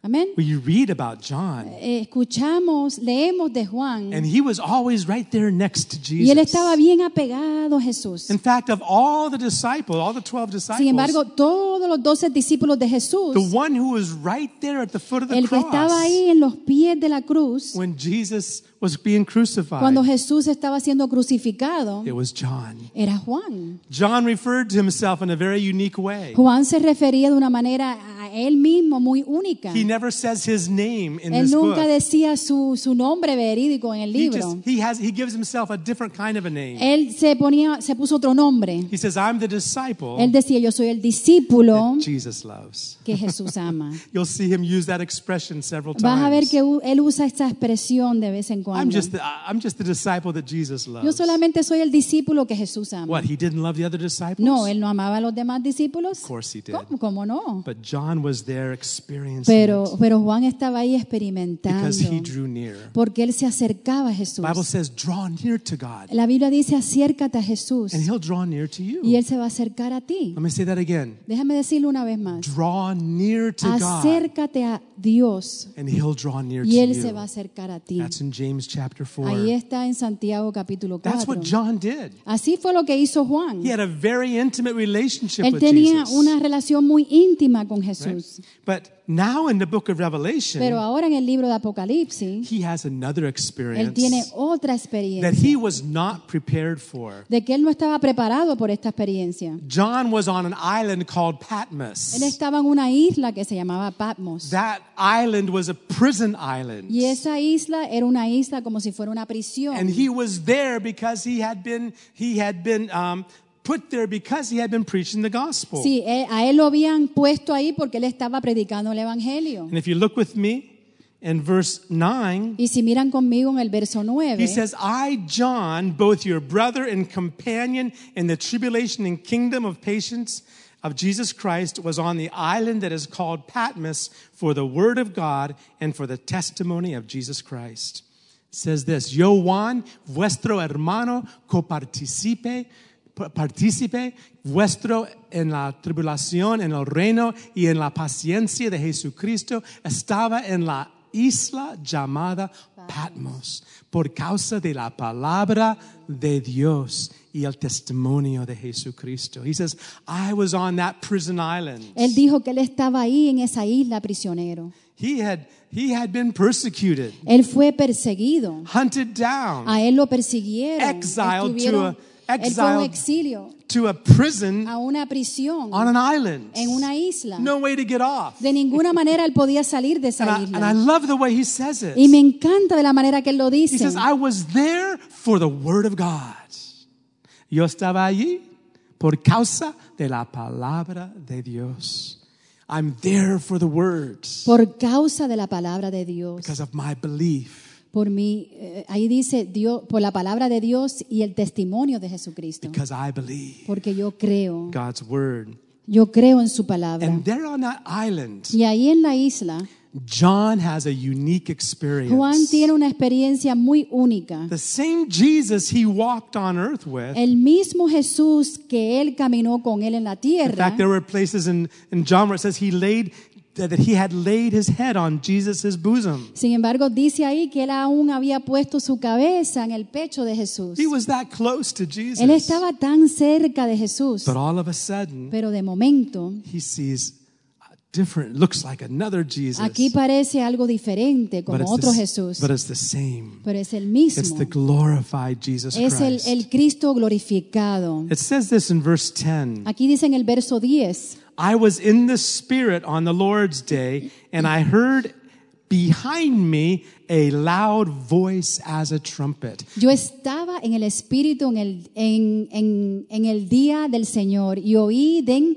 Amén. Well, you read about John, Eh, Escuchamos, leemos de Juan and he was always right there next to Jesus. y él estaba bien apegado a Jesús. In fact, of all the disciples, all the 12 disciples, Sin embargo, todos los doce discípulos de Jesús, the one who was right there at the foot of the el que cross estaba ahí en los pies de la cruz, when Jesus was being crucified, Cuando Jesús estaba siendo crucificado, it was John. era Juan. John referred to himself in a very unique way. Juan se refería de una manera a él mismo muy única. He never says his name in Él this nunca book. decía su, su nombre verídico en el He, libro. just, he, has, he gives himself a different kind of a name. Él se, ponía, se puso otro nombre. He says, I'm the disciple Él decía, yo soy el discípulo that Jesus loves. que Jesús ama. You'll see him use that expression several times. Vas a ver que u- él usa esta expresión de vez en I'm cuando. just the, I- I'm just the disciple that Jesus loves. Yo solamente soy el discípulo que Jesús ama. What, he didn't love the other disciples? No, él no amaba a los demás discípulos. Of course he did. ¿Cómo, cómo no? But John was there experiencing Pero, it pero Juan estaba ahí because he experimentando drew near. porque él se acercaba a Jesús. Bible says, draw near to God, La Biblia dice, acércate a Jesús and he'll draw near to you. y él se va a acercar a ti. Let me say that again. Déjame decirlo una vez más. Draw near to God, Acércate a Dios and he'll draw near to y él se va a you. acercar a ti. That's in James chapter Ahí 4. está en Santiago capítulo That's what 4. John did. Así fue lo que hizo Juan. He had a very intimate relationship Él with tenía Jesus. una relación muy íntima con right? Jesús. But now in the book of Revelation, Pero ahora en el libro de Apocalipsis, he has another él tiene experience otra that he experiencia was not prepared for. de que él no estaba preparado por esta experiencia. John was on an island called Él Patmos. estaba en una isla que se llamaba Patmos. That island was a prison island. Y esa isla era una isla como si fuera una prisión. And he was there because he had been he had been um, put there because he had been preaching the gospel. Sí, eh, a él lo habían puesto ahí porque él estaba predicando el Evangelio. And if you look with me in verse 9, Y si miran conmigo en el verso he 9, says, I, John, both your brother and companion in the tribulation and kingdom of patience of Jesus Christ, was on the island that is called Patmos for the word of God and for the testimony of Jesus Christ. It says this, Yo Juan, vuestro hermano, coparticipe, partícipe vuestro en la tribulación, en el reino y en la paciencia de Jesucristo, estaba en la isla llamada Patmos por causa de la palabra de Dios y el testimonio de Jesucristo. He says, I was on that prison island. él dijo que él estaba ahí en esa isla prisionero. He had, he had been persecuted, Él fue perseguido. hunted down A él lo persiguieron. Exiled Estuvieron- to a- él fue a un exiled- exilio, to a prison a una prisión, on an island. en una isla. No way to get off. De ninguna manera él podía salir de And esa I, and I isla. love the way he says it. Y me encanta de la manera que él lo He dice. says, I was there for the word of God. Yo estaba allí por causa de la palabra de Dios. I'm there for the word Por causa de la palabra de Dios. because of my belief, Por mi, eh, ahí dice Dios, por la palabra de Dios y el testimonio de Jesucristo. because I believe Porque yo creo, God's word. yo creo en su palabra. And there on that island, Y ahí en la isla, John has a unique experience. Juan tiene una experiencia muy única. The same Jesus he walked on earth with. El mismo Jesús que él caminó con él en la In tierra. fact, there were places in, in John where it says he laid, that he had laid his head on Jesus' bosom. Sin embargo, dice ahí que él aún había puesto su cabeza en el pecho de Jesús. He was that close to Jesus. Él estaba tan cerca de Jesús, But all of a sudden, pero de momento he sees a different, looks like another Jesus. aquí parece algo diferente, but, como it's otro the, Jesús, but it's the same. pero es el It's mismo. the glorified Jesus Es el, Christ. el Cristo glorificado. It says this in verse 10 Aquí dice en el verso 10, I was in the Spirit on the Lord's day, and I heard behind me a loud voice as a trumpet. yo estaba en el Espíritu en el, en, en- en el día del Señor y oí den-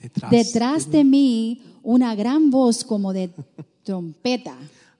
Detrás. detrás de mí una gran voz como de trompeta.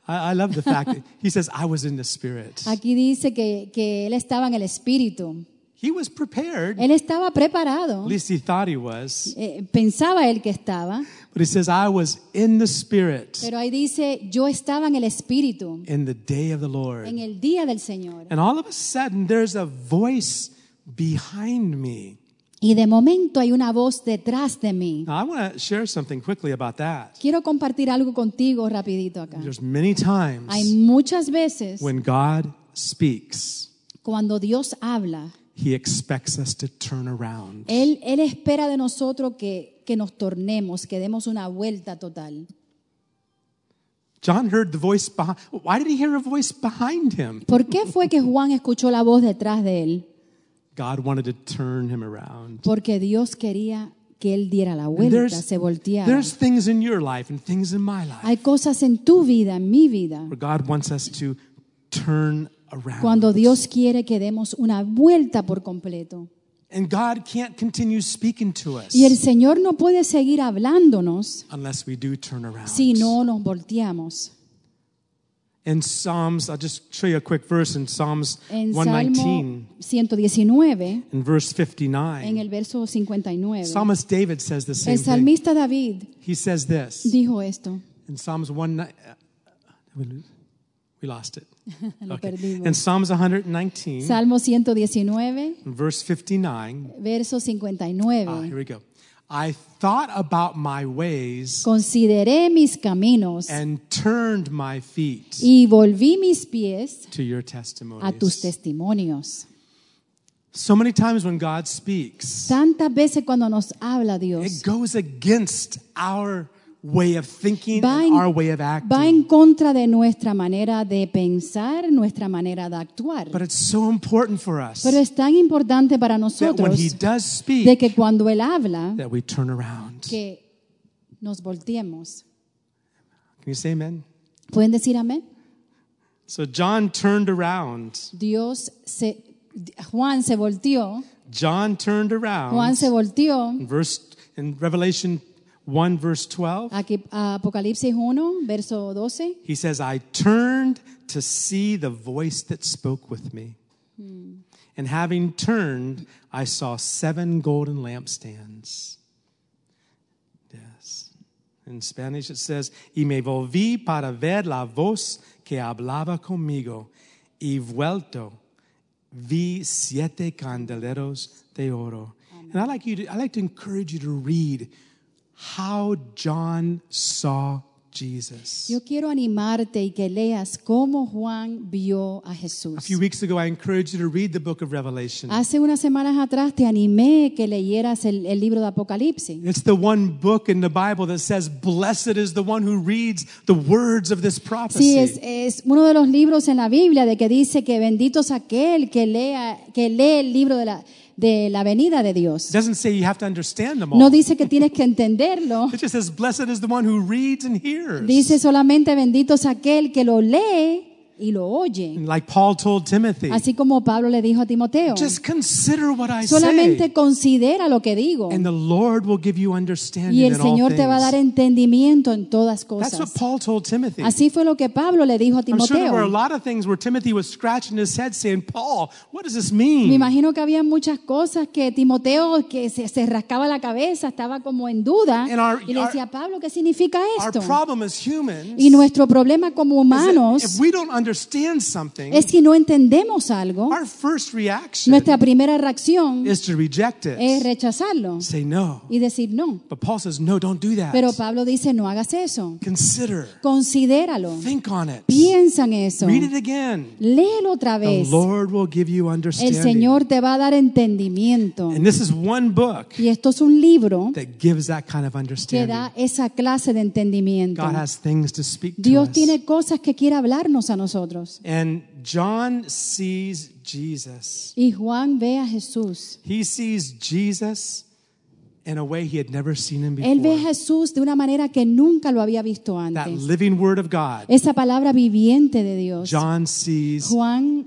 I, I love the fact that he says, I was in the Spirit. Aquí dice que, que él estaba en el Espíritu. He was prepared. Él estaba preparado. At least he thought he was. Eh, pensaba él que estaba, But he says, I was in the Spirit pero ahí dice, yo estaba en el Espíritu in the day of the Lord. en el día del Señor. And all of a sudden, there's a voice behind me. Y de momento hay una voz detrás de mí. Now, I want to share something quickly about that. Quiero compartir algo contigo rapidito acá. There's many Hay times muchas veces when God speaks, cuando Dios habla, he expects us to turn around. Él, Él espera de nosotros que, que nos tornemos, que demos una vuelta total. John heard the voice behind. Why did he hear a voice behind him? ¿Por qué fue que Juan escuchó la voz detrás de él? God wanted to turn him around. Porque Dios quería que él diera la And vuelta, se volteara. there's things in your life and things in my life Hay cosas en tu vida, en mi vida, where God wants us to turn around. cuando Dios quiere que demos una vuelta por completo. and God can't continue speaking to us Y el Señor no puede seguir hablándonos unless we do turn around. si no nos volteamos. In Psalms, I'll just show you a quick verse in Psalms En 119 Salmo 119, in verse 59. en el verso 59, Psalmist David says the same el thing. salmista David He says this. dijo esto. In Psalms 1, uh, did we lose? We lost it. Lo Okay. perdimos. In Psalms 119, Salmo 119, in verse 59, verso ah, 59. here we go. I thought about my ways Consideré mis caminos and turned my feet y volví mis pies to your a tus testimonies. testimonios. So many times when God speaks, Tantas veces cuando nos habla it Dios, goes against our way of thinking va and en, our way of va en acting. contra de nuestra manera de pensar, nuestra manera de actuar. But it's so important for us Pero es tan importante para that when nosotros He does de speak, que cuando Él habla, that we turn around. Can que nos volteemos. you say amen? ¿Pueden decir amén? So John turned around. Dios se, Juan se volteó, John turned around. Juan se volteó. in verse in Revelation 1 verse 12, Aquí, Apocalipsis 1, verso 12. he says, "I turned to see the voice that spoke with me." And having turned, I saw seven golden lampstands. Yes. In Spanish it says, "Y me volví para ver la voz que hablaba conmigo, y vuelto vi siete candeleros de oro." And I like you to, I like to encourage you to read how John saw Jesus. Yo quiero animarte y que leas cómo Juan vio a A Jesús. few weeks ago, I encouraged you to read the book of Revelation. Hace unas semanas atrás te animé que leyeras el, el libro de Apocalipsis. It's the one book in the Bible that says, Blessed is the one who reads the words of this Sí, prophecy. es, es uno de los libros en la Biblia de que dice que bendito es aquel que lea, que lee el libro de la, de la venida de It Dios. doesn't say you have to understand them all. No dice que tienes que entenderlo. It just says, Blessed is the one who reads and hears. Dice solamente bendito es aquel que lo lee y lo oye. And like Paul told Timothy, Así como Pablo le dijo a Timoteo, just consider what I "Oh." solamente say, considera lo que digo and the Lord will give you understanding y el in all Señor te va a dar things." entendimiento en todas That's what cosas. Paul told Timothy. Así fue lo que Pablo le dijo a I'm sure there were a Timoteo. lot of things where Timothy was scratching his head saying, Paul, what does this Me mean? imagino que había muchas cosas que Timoteo que se, se rascaba la cabeza, estaba como en duda And our- y le decía, Pablo, ¿qué significa Our esto? problem as humans Y nuestro problema como is that humanos if we don't understand something, es si no entendemos algo, Our first reaction nuestra primera reacción is to reject it, es rechazarlo say no. y decir no. But Paul says, no, don't do that. Pero Pablo dice, no hagas eso. Consider, Considéralo. think on it, Piensa en eso. read it again. Léelo otra The vez. Lord will give you El understanding. Señor te va a dar entendimiento. And this is one book Y esto es un libro that gives that kind of que understanding. da esa clase de entendimiento. God has things to speak Dios to us. tiene cosas que quiere hablarnos a nosotros. And John sees Jesus. Y Juan ve a Jesús. He sees Jesus in a way he had never seen him Él ve a before. Jesús de una manera que nunca lo había visto That antes. living word of God. Esa palabra viviente de Dios. John sees Juan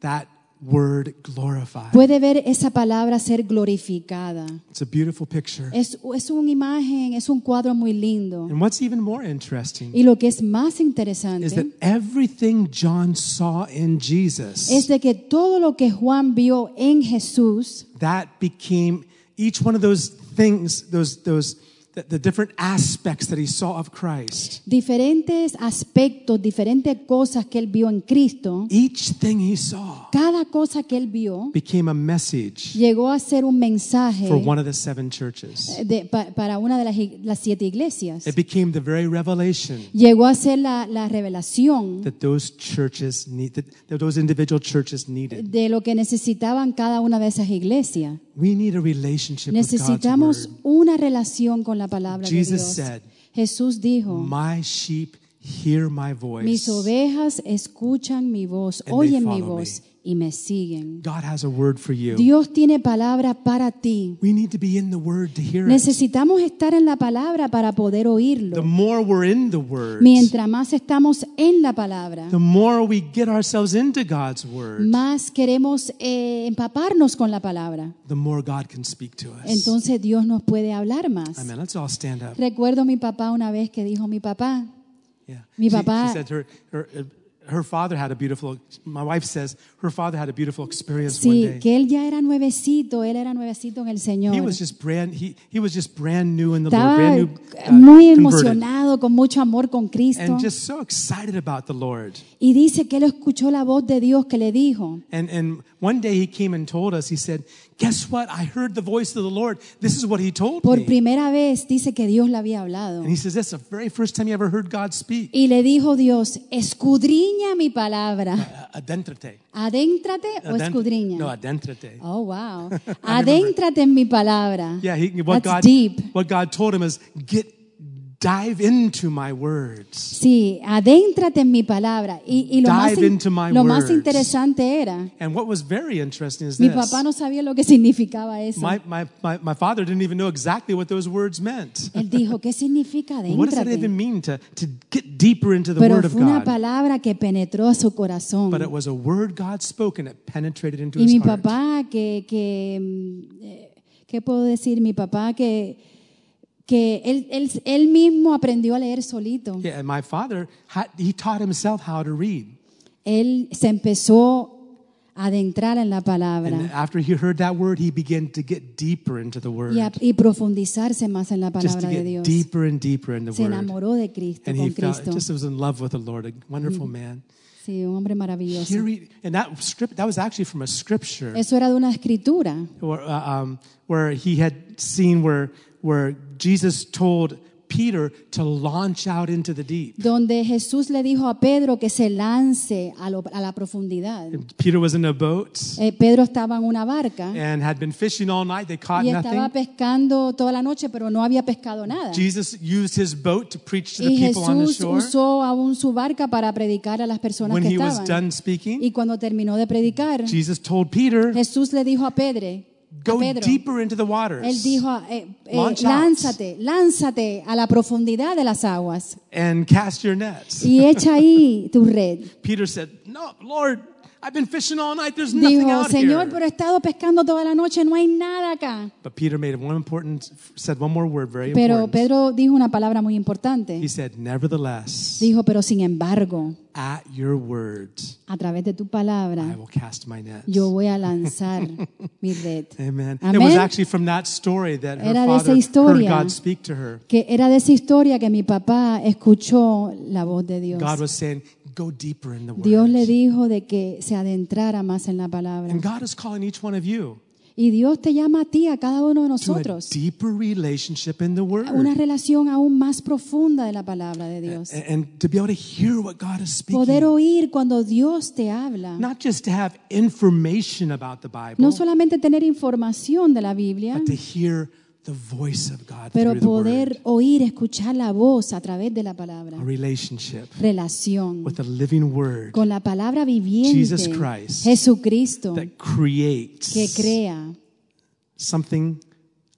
that word glorified. puede ver esa palabra ser glorificada. It's a beautiful picture. Es, es una imagen, es un cuadro muy lindo. And what's even more interesting Y lo que es más is that interesante everything John saw in es Jesus, de que todo lo que Juan vio en Jesús, that became each one of those things, those those the, the different aspects that he saw of Christ. diferentes aspectos, diferentes cosas que él vio en Cristo, Each thing he saw cada cosa que él vio became a message llegó a ser un mensaje for one of the seven churches. de- pa- para una de las, ig- las siete iglesias. It became the very revelation Llegó a ser la, la revelación that those churches need that, that those individual churches needed. de lo que necesitaban cada una de esas iglesias. We need a relationship with God's Necesitamos word. una relación con la palabra Jesus de Dios. said, Jesús dijo, My sheep hear my voice. Mis ovejas escuchan mi voz, And they oyen mi follow voz y me siguen. God has a word for you. Dios tiene palabra para ti. we need to be in the word to hear it. Necesitamos estar en la palabra para poder The oírlo. more we're in the word, Mientras más estamos en la palabra, the more we get ourselves into God's word, más queremos eh, empaparnos con la palabra. the more God can speak to us. Entonces Dios nos puede hablar más. Amen. Let's all stand up. Recuerdo mi papá una vez que dijo mi papá, Yeah. Mi she, she papá- said her, her, uh, her father had a beautiful, my wife says, her father had a beautiful experience sí, one day. que él ya era nuevecito, él era nuevecito en el Señor. He was just brand, he, he was just brand new in the Lord, Estaba brand new, uh, muy converted, emocionado, con mucho amor con Cristo. and just so excited about the Lord. Y dice que él escuchó la voz de Dios que le dijo, And, and one day he came and told us, he said, Guess what? I heard the voice of the Lord. This is what he told por me. primera vez dice que Dios le había hablado. And he says, That's the very first time you ever heard God speak. Y le dijo Dios, escudriña mi palabra. Uh, Adentrate. Adéntrate o Adent- escudriña. No, adentrate. Oh, wow. Adéntrate en mi palabra. Yeah, he, what, That's God, deep. what God told him is, Get, dive into my words. Sí, adéntrate en mi palabra. Y, y lo, más, Dive in- into my lo más words. interesante era, And what was very interesting is mi this. papá no sabía lo que significaba eso. my, my, my, my father didn't even know exactly what those words meant. Él dijo, ¿qué significa What does that adéntrate? even mean to, to get deeper into the Pero Word of fue una God? palabra que penetró a su corazón. But it was a word God spoke and it penetrated into Y his mi heart. papá, que, que, mm, eh, ¿qué puedo decir? Mi papá que, que él, él, él mismo aprendió a leer solito. Yeah, and my father, had, he taught himself how to read. Él se empezó a adentrar en la And palabra after he heard that word, he began to get deeper into the Word. y, a- y profundizarse más en la just to palabra de get Dios. deeper and deeper in the Se Word. enamoró de Cristo, And he con felt, Cristo. Mm-hmm. just was in love with the Lord, a wonderful man. Sí, un hombre maravilloso. Here he, and that script, that was actually from a scripture. Eso era de una escritura. where, uh, um, where he had seen where, where Jesus told Peter to launch out into the deep. donde Jesús le dijo a Pedro que se lance a, lo- a la profundidad. Peter was in a boat Eh, Pedro estaba en una barca and had been fishing all night. They caught y estaba nothing. pescando toda la noche, pero no había pescado nada. Jesus used his boat to preach to the Y people on the Jesús shore. usó aún su barca para predicar a las personas When que he was estaban. done speaking, Y cuando terminó de predicar, Jesus told Peter, Jesús le dijo a Pedro, a go Pedro deeper into the él waters dijo, eh, eh, Launch out. lánzate, lánzate a la profundidad de las aguas and cast your nets. y echa ahí tu red. Peter said, no, Lord, I've been fishing all night. There's nothing Dijo, out Señor, here. pero he estado pescando toda la noche, no hay nada acá. But Peter made one important, said one more word, very Pero important. Pedro dijo una palabra muy importante. He said, Nevertheless, Dijo, pero sin embargo, at your word, a través de tu I palabra, will cast my nets. yo voy a lanzar mi red. Amen. It was Amén. actually from that story that her Era de father esa historia. heard God speak to her. Que era de esa historia que mi papá escuchó la voz de Dios. God was saying, Go deeper in the word. Dios le dijo de que se adentrara más en la palabra. and God is calling each one of you Y Dios te llama a ti, a cada uno de to nosotros, a deeper relationship in the word. a una relación aún más profunda de la palabra de Dios. and, and to be able to hear what God is Eh, speaking. Poder oír cuando Dios te habla. Not just to have information about the Bible, No solamente tener información de la Biblia, but to hear the voice of God pero through the poder word. oír, escuchar la voz a través de la palabra. A relationship Relación with the living word con la palabra viviente, Jesus Christ. Jesucristo, that creates que crea something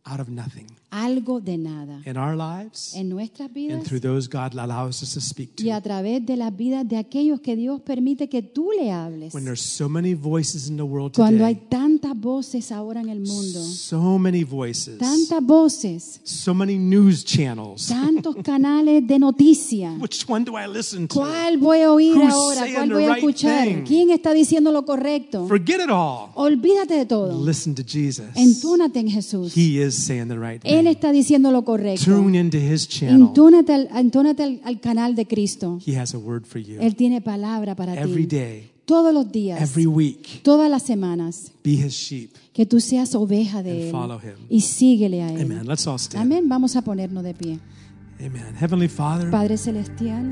out of nothing algo de nada in our lives en nuestras and vidas through those God allows us to speak y a to. través de las vidas de aquellos que Dios permite que tú le hables. When there's so many voices in the world Cuando hay today, tantas voces ahora en el mundo, so many voices, tantas voces, so many news channels. tantos canales de noticia. Which one do I listen to? ¿Cuál voy a oír Who's ahora? saying ¿Cuál the voy a right escuchar? thing? ¿Quién está diciendo lo correcto? Forget it all. Olvídate de todo. Listen to Jesus. Entónate en Jesús. He is saying the right Él thing. está diciendo lo correcto. Tune into His channel. Entónate al, entónate al, al canal de Cristo. He has a word for you. Él tiene palabra para Every ti. day, Todos los días, every week, todas las semanas, be His sheep. que tú seas oveja de And Él follow him. y síguele a Él. Amen. Let's all stand. Amén. Vamos a ponernos de pie. Amen. Heavenly Father, Padre Celestial,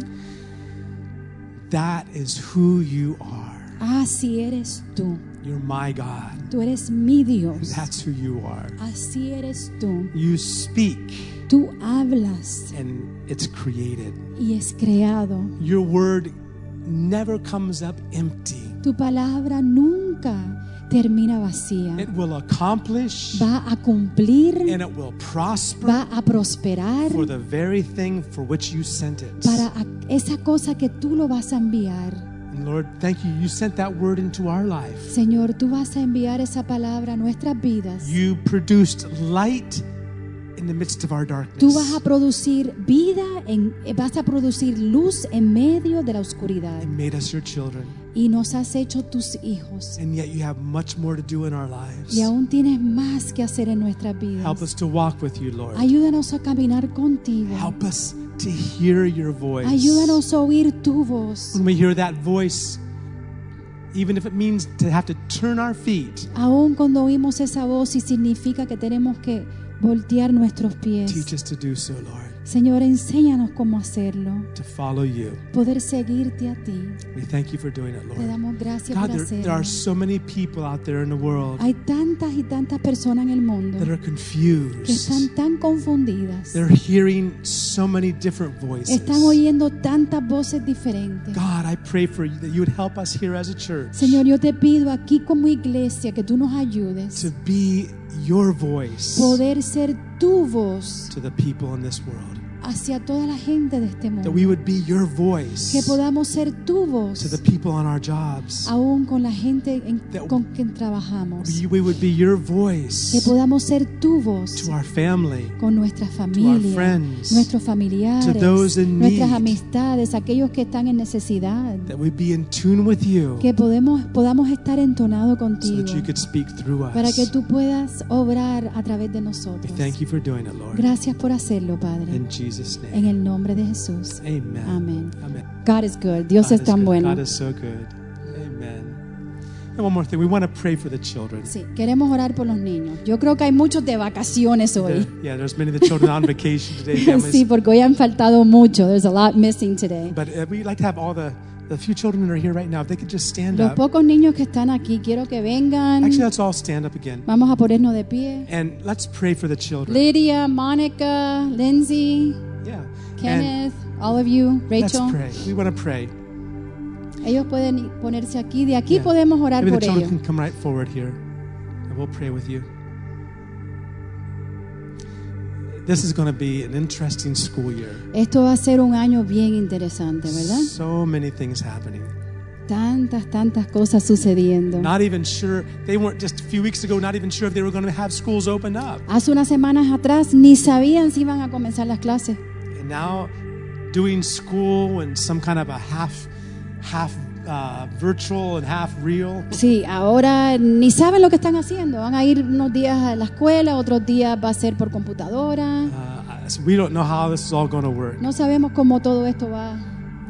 That is who you are. así eres tú. You're my God. Tú eres mi Dios. That's who you are. Así eres tú. You speak Tú hablas and it's created. y es creado. Your word never comes up empty. Tu palabra nunca termina vacía. It will accomplish Va a cumplir, and it will prosper va a prosperar for the very thing for which you sent it. para a- esa cosa que tú lo vas a enviar. And Lord, thank you. You sent that word into our life. Señor, tú vas a enviar esa palabra a nuestras vidas. You produced light in the midst of our Tú vas a darkness producir vida, en, vas a producir luz en medio de la oscuridad and made us your children. y nos has hecho tus hijos. And yet you have much more to do in our lives. Y aún tienes más que hacer en nuestras Help vidas. us to walk with you, Lord. Ayúdanos a caminar contigo. Help us to hear your voice. Ayúdanos a oír tu voz. When we hear that voice, even if it means to have to turn our feet, Aún cuando oímos esa voz y significa que tenemos que voltear nuestros teach pies. us to do so, Lord, Señor, enséñanos cómo hacerlo. to follow you. Poder seguirte a ti. We thank you for doing it, Te Lord. damos gracias God, por there, there hacerlo. are so many people out there in the world Hay tantas y tantas personas en el mundo that are que confused. están tan confundidas. They're hearing so many different Están voices. oyendo tantas voces diferentes. God, I pray for you that you would help us here as a church Señor, yo te pido aquí como iglesia que tú nos to ayudes. be your voice Poder ser tu voz to the people in this world. hacia toda la gente de este That mundo. we would be your Que voice podamos ser tu to the voz people on our jobs. aún con la gente en- That- con quien trabajamos. We, we would be your Que voice podamos ser tu voz to our family, con nuestra familia, friends, nuestros familiares, to those in nuestras need. amistades, aquellos que están en necesidad. that we'd be in tune with you Que podemos, podamos estar entonado so contigo that you could speak through para que us. tú puedas obrar a través de We nosotros. thank you for doing it, Lord. Gracias por hacerlo, Padre. In Jesus' En name. el nombre de Jesús. Amen. Amén. Amen. God is good. Dios God is es tan good. bueno. God is so good. Amen. And one more thing, we want to pray for the children. Sí, queremos orar por los niños. Yo creo que hay muchos de vacaciones hoy. There- yeah, there's many of the children on vacation today, families. Sí, porque hoy han faltado mucho. There's a lot missing today. But uh, we'd like to have all the, the few children that are here right now, if they could just stand Los up. pocos niños que están aquí, quiero que vengan. uh, Actually, let's all stand up again. Vamos a ponernos de pie. And let's pray for the children. Lydia, Monica, Lindsay, Yeah. And Kenneth, all of you, let's Rachel. pray. We want to pray. Ellos pueden ponerse aquí, de aquí Yeah. podemos orar Maybe por the children ellos. can come right forward here, and we'll pray with you. This is going to be an interesting school year. Esto va a ser un año bien interesante, ¿verdad? So many things happening. Tantas, tantas cosas sucediendo. Not even sure they weren't just a few weeks ago. Not even sure if they were going to have schools open up, Hace unas semanas atrás ni sabían si iban a comenzar las clases. and now doing school and some kind of a half, half uh, virtual and half real. Sí, ahora ni saben lo que están haciendo. Van a ir unos días a la escuela, otros días va a ser por computadora. Uh, so we don't know how this is all going to work, No sabemos cómo todo esto va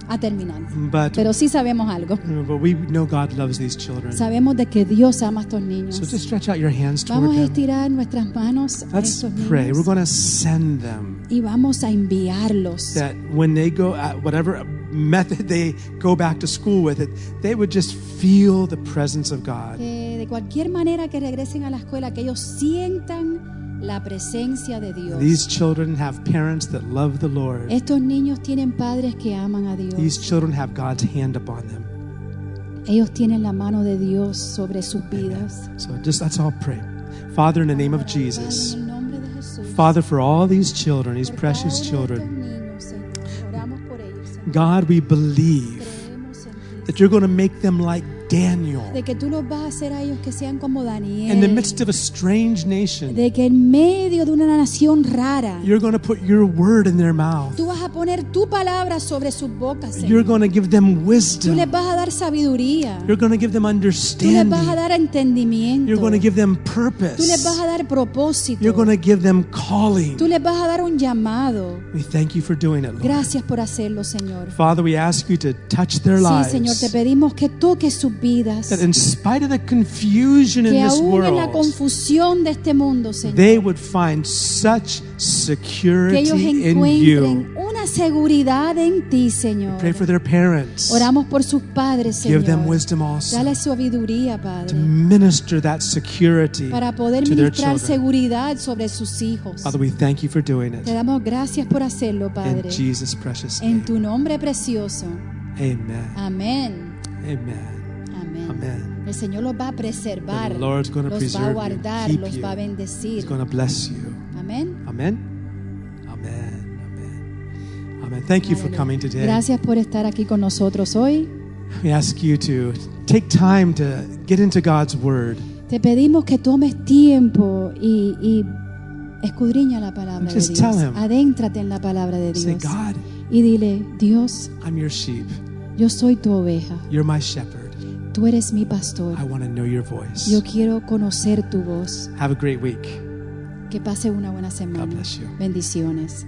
a terminar, but pero sí sabemos algo. but we know God loves these children. Sabemos de que Dios ama a estos niños. So just stretch out your hands toward Vamos a them. estirar nuestras manos a Let's estos pray. We're niños going to send them y vamos a enviarlos. that when they go at whatever method they go back to school with it, they would just feel the presence of God. Que de cualquier manera que regresen a la escuela, que ellos sientan la presencia de Dios. These children have parents that love the Lord. Estos niños tienen padres que aman a Dios. These children have God's hand upon them. Ellos tienen la mano de Dios sobre sus vidas. So just let's all pray. Father, in the name of Padre, Jesus, en el nombre de Jesús, Father, for all these children, these por precious cada uno de children, estos niños, Señor, oramos por ellos, Señor. God, we believe Creemos en ti, that you're going to make them like Daniel de que tú los vas a hacer a ellos que sean como in the Daniel, midst of a strange nation. de que en medio de una nación rara, You're going to put your word in their mouth. tú vas a poner tu palabra sobre sus bocas, You're Señor. going to give them Tú les wisdom. vas a dar sabiduría. You're going to give them Tú les vas a understanding. dar entendimiento. You're going to give them Tú les purpose. vas a dar propósito. You're going to give them Tú calling. les vas a dar un llamado. We thank you for doing it, Lord. Gracias por hacerlo, Señor. Father, we ask you to touch their Sí, lives. Señor, te pedimos que toques sus vidas. That in spite of the confusion in Que this aún en la world, confusión de este mundo, Señor, they would find que such ellos security in you. encuentren una una seguridad en ti, Señor. Pray for their parents. Oramos por sus padres, Señor. Give them wisdom also. Dale sabiduría, to Padre, minister that security para poder to their ministrar children. seguridad sobre sus hijos. Father, we thank you for doing Te it. damos gracias por hacerlo, Padre. In Jesus' precious En name. tu nombre precioso. Amen. Amén. Amen. Amén. Amen. El Señor los va a preservar, The Lord's gonna los va preserve a you, guardar, keep los you. va a He's bendecir. going to bless you. Amén. Amen. Amen. Amen. Amen. Thank you for coming today. Gracias por estar aquí con nosotros hoy. We ask you to take time to get into God's Word. Te pedimos que tomes tiempo y, y escudriña la palabra de Just Dios. tell him. Adéntrate en la palabra de Say, Dios. God, Y dile, Dios, I'm your sheep. yo soy tu oveja. You're my shepherd. Tú eres mi pastor. I want to know your voice. Yo quiero conocer tu voz. Have a great week. Que pase una buena semana. bless you. Bendiciones.